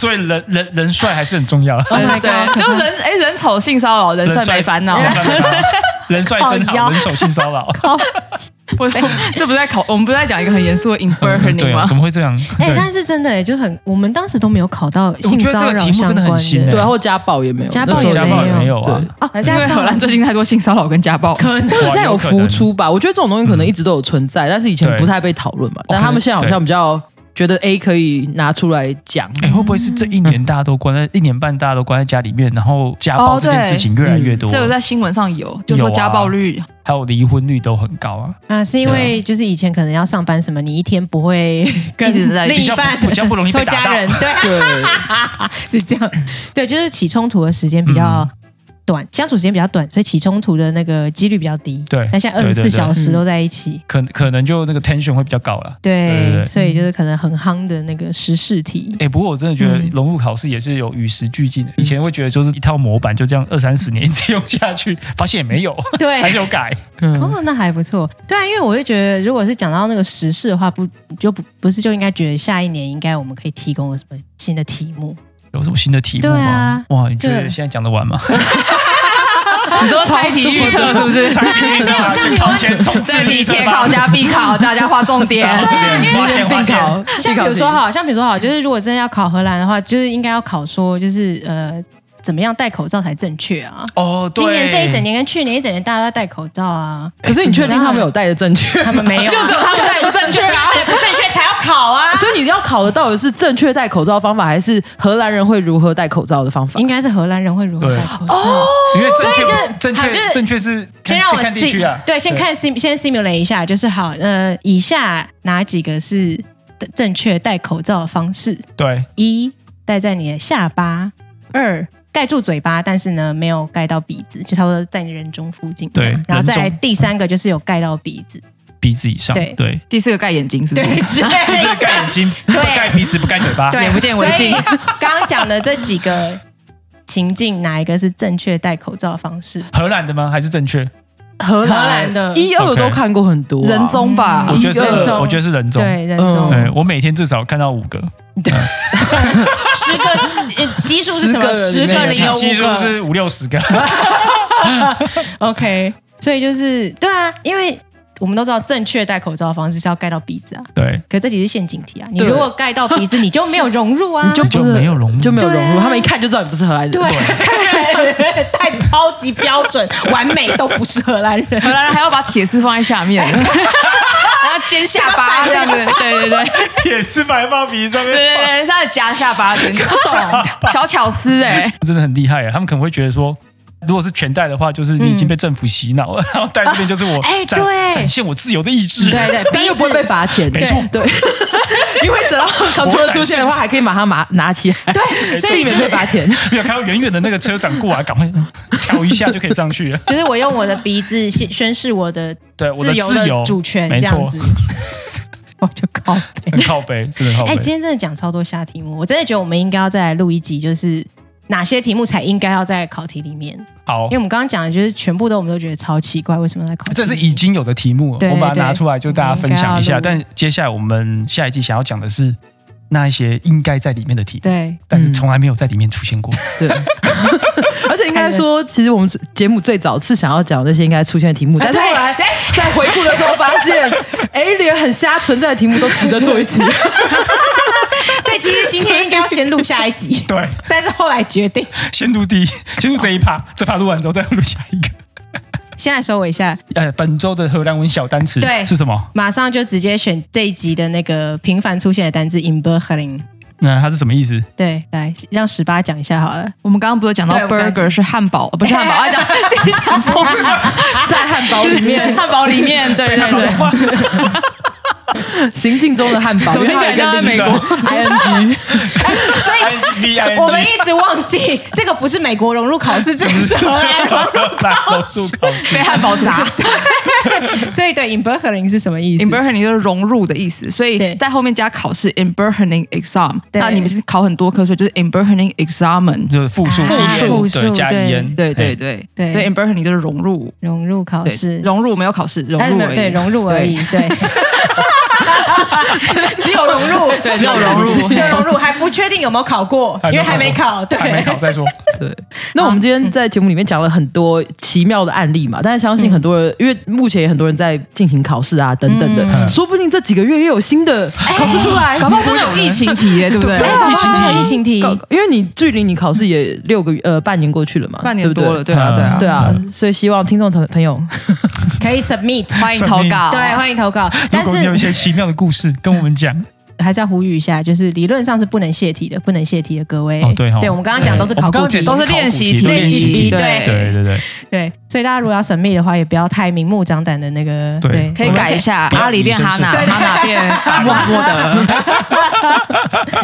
[SPEAKER 2] 所以人人人帅还是很重要。
[SPEAKER 1] Oh my
[SPEAKER 4] 对
[SPEAKER 1] god，
[SPEAKER 4] 对，就人哎人丑性骚扰，人帅没烦恼。
[SPEAKER 2] 人帅没烦恼人帅真好，人手性骚扰。
[SPEAKER 4] 我这不是在考，我们不是在讲一个很严肃的 i m b e r n i n
[SPEAKER 2] 对啊，
[SPEAKER 4] 吗
[SPEAKER 2] 怎？么会这样？
[SPEAKER 1] 哎、
[SPEAKER 2] 对
[SPEAKER 1] 但是真的、哎，就很，我们当时都没有考到性
[SPEAKER 2] 觉得这
[SPEAKER 1] 骚
[SPEAKER 2] 个
[SPEAKER 1] 扰
[SPEAKER 2] 题目
[SPEAKER 1] 相
[SPEAKER 2] 真的
[SPEAKER 1] 关
[SPEAKER 2] 很新
[SPEAKER 1] 的
[SPEAKER 2] 哎
[SPEAKER 3] 对啊，或家暴也没有，
[SPEAKER 1] 家
[SPEAKER 3] 那时
[SPEAKER 1] 暴
[SPEAKER 3] 候
[SPEAKER 2] 家暴也没有啊
[SPEAKER 3] 对。
[SPEAKER 1] 哦，
[SPEAKER 4] 还是因为荷兰最近太多性骚扰跟家暴，
[SPEAKER 1] 可能
[SPEAKER 3] 或者现在
[SPEAKER 2] 哇
[SPEAKER 3] 有
[SPEAKER 2] 有可
[SPEAKER 3] 浮
[SPEAKER 2] 能
[SPEAKER 3] 出吧？我觉得这种东西可能一直都有存在，但是以前不太被讨论嘛。但他们现在好像比较觉得 A 可以拿出来讲，
[SPEAKER 2] 哎，会不会是这一
[SPEAKER 1] 嗯
[SPEAKER 2] 年大家都关在一年半，大家都关在家里面，然后家
[SPEAKER 4] 哦
[SPEAKER 2] 暴
[SPEAKER 4] 对
[SPEAKER 2] 这件事情越来越
[SPEAKER 1] 嗯
[SPEAKER 2] 多
[SPEAKER 4] 这，个在新闻上有，就说
[SPEAKER 2] 有啊
[SPEAKER 4] 家暴率
[SPEAKER 2] 还有离婚率都很高啊，
[SPEAKER 1] 啊，是因为就是以前可能要上班什么，你一天不会跟
[SPEAKER 4] 一直在
[SPEAKER 1] 另
[SPEAKER 2] 比
[SPEAKER 1] 一
[SPEAKER 2] 较不
[SPEAKER 1] 半
[SPEAKER 2] 比较不容易
[SPEAKER 1] 或
[SPEAKER 2] 被打
[SPEAKER 1] 家人
[SPEAKER 2] 到。
[SPEAKER 1] 对
[SPEAKER 3] 对，
[SPEAKER 1] 是这样，对，就是起冲突的时间比
[SPEAKER 2] 嗯
[SPEAKER 1] 较短，相处时间比较短，所以起冲突的那个几率比较低。
[SPEAKER 2] 对
[SPEAKER 1] 但现在二
[SPEAKER 2] 对
[SPEAKER 1] 十四
[SPEAKER 2] 对对
[SPEAKER 1] 小时都在一起，
[SPEAKER 2] 可可能就那个 tension 会比较高了。对对对嗯
[SPEAKER 1] 所以就是可能很夯的那个时事题。
[SPEAKER 2] 哎、不过我真的觉
[SPEAKER 1] 嗯
[SPEAKER 2] 得融入考试也是有与时俱进的。以前会觉得就是一套模板就这样二三十年一直用下去， 发现也没有，
[SPEAKER 1] 对
[SPEAKER 2] 还，是有改。
[SPEAKER 3] 嗯，
[SPEAKER 1] 哦，那还不错。对啊，因为我就觉得，如果是讲到那个时事的话，不就不不是就应该觉得下一年应该我们可以提供了什么新 的题目？
[SPEAKER 2] 有什么新的题目
[SPEAKER 1] 对
[SPEAKER 2] 吗？
[SPEAKER 1] 啊
[SPEAKER 2] 哇，你觉得
[SPEAKER 1] 对
[SPEAKER 2] 现在讲得完吗？
[SPEAKER 4] 你说猜题预测是 不是？
[SPEAKER 2] 猜题预测
[SPEAKER 1] 这
[SPEAKER 2] 嘛，
[SPEAKER 1] 好像
[SPEAKER 2] 去
[SPEAKER 1] 你
[SPEAKER 2] 考
[SPEAKER 1] 会
[SPEAKER 2] 前冲刺
[SPEAKER 4] 这
[SPEAKER 2] 预
[SPEAKER 4] 题
[SPEAKER 2] 测
[SPEAKER 4] 铁
[SPEAKER 2] 吧
[SPEAKER 4] 考 加必考，大家画重点。
[SPEAKER 1] 啊
[SPEAKER 2] 对发现发
[SPEAKER 3] 并
[SPEAKER 2] 现
[SPEAKER 3] 考，
[SPEAKER 1] 像比
[SPEAKER 3] 必考
[SPEAKER 1] 如说
[SPEAKER 3] 题
[SPEAKER 1] 好，像比如说好，就是如果真的要考荷兰的话，就是应该要考说，就是呃，怎么样戴口罩才正确啊？
[SPEAKER 2] 哦，对
[SPEAKER 1] 今年这一整年跟去年一整年，大家都在戴口罩啊，
[SPEAKER 3] 可是你确定他们有带的正确？
[SPEAKER 1] 他们没有啊，
[SPEAKER 4] 就只有他们戴不正确啊！
[SPEAKER 1] 不正确才要考啊。
[SPEAKER 3] 所以你要考的到底是正确戴口罩方法，还是荷兰人会如何戴口罩的方法
[SPEAKER 1] 应？该是荷兰人会如何戴口罩？
[SPEAKER 2] 因为正确
[SPEAKER 1] 所以就是
[SPEAKER 2] 正
[SPEAKER 1] 好就是
[SPEAKER 2] 确正确是
[SPEAKER 1] 先让我
[SPEAKER 2] 看地区啊
[SPEAKER 1] sim，对，先看 sim，先 simulate 一下，就是好，呃，以下哪几个是正确戴口罩的方式？
[SPEAKER 2] 对
[SPEAKER 1] 一，戴在你的下巴；二，盖住嘴巴，但是呢没有盖到鼻子，就差不多在你人中附近。
[SPEAKER 2] 对
[SPEAKER 1] 这样然后再来
[SPEAKER 2] 人中
[SPEAKER 1] 第三个就是有盖到鼻子，
[SPEAKER 2] 鼻子以上，
[SPEAKER 1] 对
[SPEAKER 2] 对，
[SPEAKER 4] 第四个盖眼睛是不
[SPEAKER 1] 对 之
[SPEAKER 4] 是？，
[SPEAKER 1] 类
[SPEAKER 2] 不是
[SPEAKER 1] 的
[SPEAKER 2] 盖眼睛，不
[SPEAKER 1] 对
[SPEAKER 2] 盖鼻啊子，不盖嘴巴，
[SPEAKER 4] 眼不见为净
[SPEAKER 1] 所以刚刚讲的这几个情境，哪一个是正确戴口罩的方式？
[SPEAKER 2] 荷兰的吗？还是正确？
[SPEAKER 3] 荷
[SPEAKER 1] 荷兰的
[SPEAKER 3] 一二
[SPEAKER 2] OK
[SPEAKER 3] 都看过很多啊、
[SPEAKER 4] 人中吧
[SPEAKER 1] 嗯
[SPEAKER 2] 我觉得
[SPEAKER 3] 人
[SPEAKER 2] 是，
[SPEAKER 1] 中
[SPEAKER 2] 我觉得是人中。
[SPEAKER 1] 对，人中
[SPEAKER 3] 嗯
[SPEAKER 2] 对，我每天至少看到五个，
[SPEAKER 1] 十个呃基数是什么？
[SPEAKER 3] 十
[SPEAKER 1] 十
[SPEAKER 3] 个
[SPEAKER 1] 个啊
[SPEAKER 3] 人里
[SPEAKER 1] 里
[SPEAKER 3] 面
[SPEAKER 1] 有
[SPEAKER 2] 系
[SPEAKER 1] 五
[SPEAKER 2] 数
[SPEAKER 1] 个。
[SPEAKER 2] 是五六十个。
[SPEAKER 1] OK，所以就是对啊，因为我们都知道正确戴口罩的方式是要盖到鼻子啊，
[SPEAKER 2] 对，
[SPEAKER 1] 可这题是陷阱题啊。你
[SPEAKER 3] 对
[SPEAKER 1] 如果盖到鼻子，你就没有融入啊，
[SPEAKER 3] 你就不是
[SPEAKER 2] 就没有融入
[SPEAKER 3] 就没有融入，
[SPEAKER 1] 对啊
[SPEAKER 3] 他们一看就知道你不是荷兰人。
[SPEAKER 1] 对， 戴超级标准、完美都不是荷兰人。
[SPEAKER 4] 荷兰人还要把铁丝放在下面，然后尖下巴这样子，对对对对
[SPEAKER 2] 铁丝摆放鼻子上面
[SPEAKER 4] 对
[SPEAKER 2] 放，
[SPEAKER 4] 对，他的夹下巴，真的小巧思哎，
[SPEAKER 2] 真的很厉害啊！他们可能会觉得说。如果是全戴的话，就是你已经被政府洗脑了，然后戴这边就是我
[SPEAKER 1] 嗯啊哎
[SPEAKER 2] 展、
[SPEAKER 1] 对
[SPEAKER 2] 展现我自由的意 志。
[SPEAKER 1] 对对，
[SPEAKER 3] 但
[SPEAKER 1] 鼻
[SPEAKER 3] 又不会被
[SPEAKER 1] 子
[SPEAKER 3] 罚钱，
[SPEAKER 2] 没错
[SPEAKER 3] 对， 因为等到 control 出现的话，还可以马上拿拿起来，对
[SPEAKER 1] 所
[SPEAKER 3] 所以
[SPEAKER 1] 以
[SPEAKER 3] 你
[SPEAKER 1] 就
[SPEAKER 3] 们
[SPEAKER 1] 是
[SPEAKER 3] 被罚钱。
[SPEAKER 2] 没有看到远远的那个车长过来，赶快嗯调一下就可以上去了。
[SPEAKER 1] 就是我用我的鼻子宣宣示我的
[SPEAKER 2] 对，我的
[SPEAKER 1] 自由
[SPEAKER 2] 自由
[SPEAKER 1] 的主权，
[SPEAKER 2] 没
[SPEAKER 1] 这样
[SPEAKER 2] 错
[SPEAKER 1] 子，， 我就靠背。
[SPEAKER 2] 很靠背，真的很靠
[SPEAKER 1] 哎、
[SPEAKER 2] 背。
[SPEAKER 1] 今天真的讲超多瞎题目，我真的觉得我们应该要再来录一集，就是哪些题目才应该要在考题里面，
[SPEAKER 2] 好
[SPEAKER 1] 因为，我们刚刚讲的就是全部都我们都觉得超奇怪，为什么要在考题里
[SPEAKER 2] 这
[SPEAKER 1] 面？
[SPEAKER 2] 是已经有的题目了，
[SPEAKER 1] 对
[SPEAKER 2] 我把它拿出来就大家分享一下。
[SPEAKER 1] 我们应该要
[SPEAKER 2] 但接下来我们下一季想要讲的是那一些应该在里面的题，
[SPEAKER 1] 对嗯
[SPEAKER 2] 但是从来没有在里面出现过。
[SPEAKER 3] 对，而且应该说，其实我们节目最早是想要讲那些应该出现的题
[SPEAKER 4] 啊
[SPEAKER 3] 目，但是后来在回顾的时候发现，哎，连很瞎存在的题目都值得做一集。
[SPEAKER 1] 对，其实今天应该要先录下一集，
[SPEAKER 2] 对，
[SPEAKER 1] 但是后来决定
[SPEAKER 2] 先录第一，先录这一趴，这趴录完之后再录下一个。
[SPEAKER 1] 先来收尾一下，
[SPEAKER 2] 呃，本周的荷兰文小单词
[SPEAKER 1] 对
[SPEAKER 2] 是什么？
[SPEAKER 1] 马上就直接选这一集的那个频繁出现的单字 i m b e r h e l i n g
[SPEAKER 2] 那它是什么意思？
[SPEAKER 1] 对，来让十八讲一下好 了。
[SPEAKER 4] 我们刚刚不是有讲到
[SPEAKER 1] 对我刚刚
[SPEAKER 4] burger 是汉堡，呃不是汉堡，要讲自己讲错，在汉堡里面，汉堡里面，对 对对，
[SPEAKER 3] 行进中的汉堡，
[SPEAKER 4] 怎么听起来
[SPEAKER 3] 另外一个
[SPEAKER 4] 像在美国
[SPEAKER 3] ing
[SPEAKER 1] 所以
[SPEAKER 2] V I N G
[SPEAKER 1] 我们一直忘记这个不是美国融入考试，这个是荷兰融入
[SPEAKER 2] 考试考试
[SPEAKER 4] 被汉堡砸。
[SPEAKER 1] 所以对 i m b e r h e l i n g 是什么意思
[SPEAKER 4] i m b e r h e n i n g 就是融入的意思，所以
[SPEAKER 1] 对
[SPEAKER 4] 在后面加考试 i m b e r h e n i n g exam。
[SPEAKER 1] 对
[SPEAKER 4] 那你们是考很多科，所以就是 i m b e r h e n i n g examen。
[SPEAKER 2] 就是复数，
[SPEAKER 1] 啊
[SPEAKER 2] 复
[SPEAKER 1] 复
[SPEAKER 2] 数
[SPEAKER 1] 数
[SPEAKER 2] 对加
[SPEAKER 1] 对
[SPEAKER 2] E N，
[SPEAKER 4] 对对对
[SPEAKER 1] 对
[SPEAKER 4] 所以 i m b e r h e n i n g 就是融入，
[SPEAKER 1] 融入考
[SPEAKER 4] 对
[SPEAKER 1] 试，
[SPEAKER 4] 融入没有考试，融
[SPEAKER 1] 哎
[SPEAKER 4] 入
[SPEAKER 1] 没
[SPEAKER 4] 而
[SPEAKER 1] 有
[SPEAKER 4] 已
[SPEAKER 1] 对融入而已，，对， 只有融入，
[SPEAKER 4] 对只有融入
[SPEAKER 1] 只有融入，还不确定有没有考过，因为还没考，对，
[SPEAKER 2] 还没考再说。
[SPEAKER 3] 对，那我们今天在节目里面讲了很多奇妙的案例嘛，但是相信很多人，因为目前也很多人在进行考试啊等等的，
[SPEAKER 2] 嗯
[SPEAKER 3] 说不定这几个月又有新的考试出来，
[SPEAKER 4] 搞不好真的有疫情题耶，对不对？
[SPEAKER 1] 对，啊
[SPEAKER 2] 啊
[SPEAKER 1] 搞不好真的有疫情题，
[SPEAKER 3] 啊搞因为你距离你考试也六个月呃半年过去了嘛，
[SPEAKER 4] 半年
[SPEAKER 3] 对不
[SPEAKER 4] 多了，
[SPEAKER 3] 对
[SPEAKER 4] 对啊，对啊，
[SPEAKER 3] 对啊，所以希望听众朋朋友，
[SPEAKER 1] 可以 submit，
[SPEAKER 4] 欢迎投稿，
[SPEAKER 1] 对，欢迎投稿，
[SPEAKER 2] 如
[SPEAKER 1] 但
[SPEAKER 2] 果你有一
[SPEAKER 1] 是
[SPEAKER 2] 些奇妙的故事 跟我们讲，
[SPEAKER 1] 还是要呼吁一下，就是理论上是不能泄题的，不能泄题的各位
[SPEAKER 2] 哦，对哦
[SPEAKER 1] 哎对我们刚刚讲都是
[SPEAKER 2] 对我
[SPEAKER 1] 考
[SPEAKER 2] 们刚
[SPEAKER 1] 古
[SPEAKER 2] 刚
[SPEAKER 1] 题
[SPEAKER 2] 讲，
[SPEAKER 4] 都是
[SPEAKER 2] 考古
[SPEAKER 4] 练习
[SPEAKER 2] 题
[SPEAKER 4] 题
[SPEAKER 2] 都练习
[SPEAKER 1] 题
[SPEAKER 2] 题，
[SPEAKER 1] 对
[SPEAKER 2] 对对对，
[SPEAKER 1] 对，所以大家如果要神秘的话，也不要太明目张胆的那个，
[SPEAKER 2] 对
[SPEAKER 1] 对，
[SPEAKER 4] 可以改一下
[SPEAKER 2] 不要
[SPEAKER 4] 阿里变哈娜，
[SPEAKER 2] 女生是
[SPEAKER 4] 哈 娜变默默的，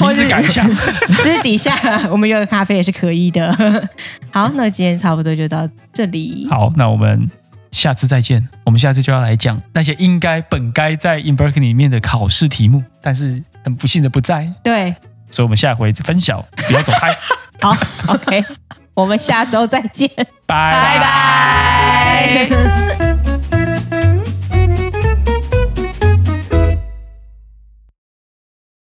[SPEAKER 2] 名字改 一下。
[SPEAKER 1] 私底下我们约个咖啡也是可以的。 好，那今天差不多就到这里。
[SPEAKER 2] 好，那我们下次再见。我们下次就要来讲那些应该本该在 In Berkeley 里面的考试题目，但是很不幸的不在，
[SPEAKER 1] 对，
[SPEAKER 2] 所以我们下回分晓， 不要走开，
[SPEAKER 1] 好，OK，我们下周再见，
[SPEAKER 2] 拜
[SPEAKER 1] 拜拜。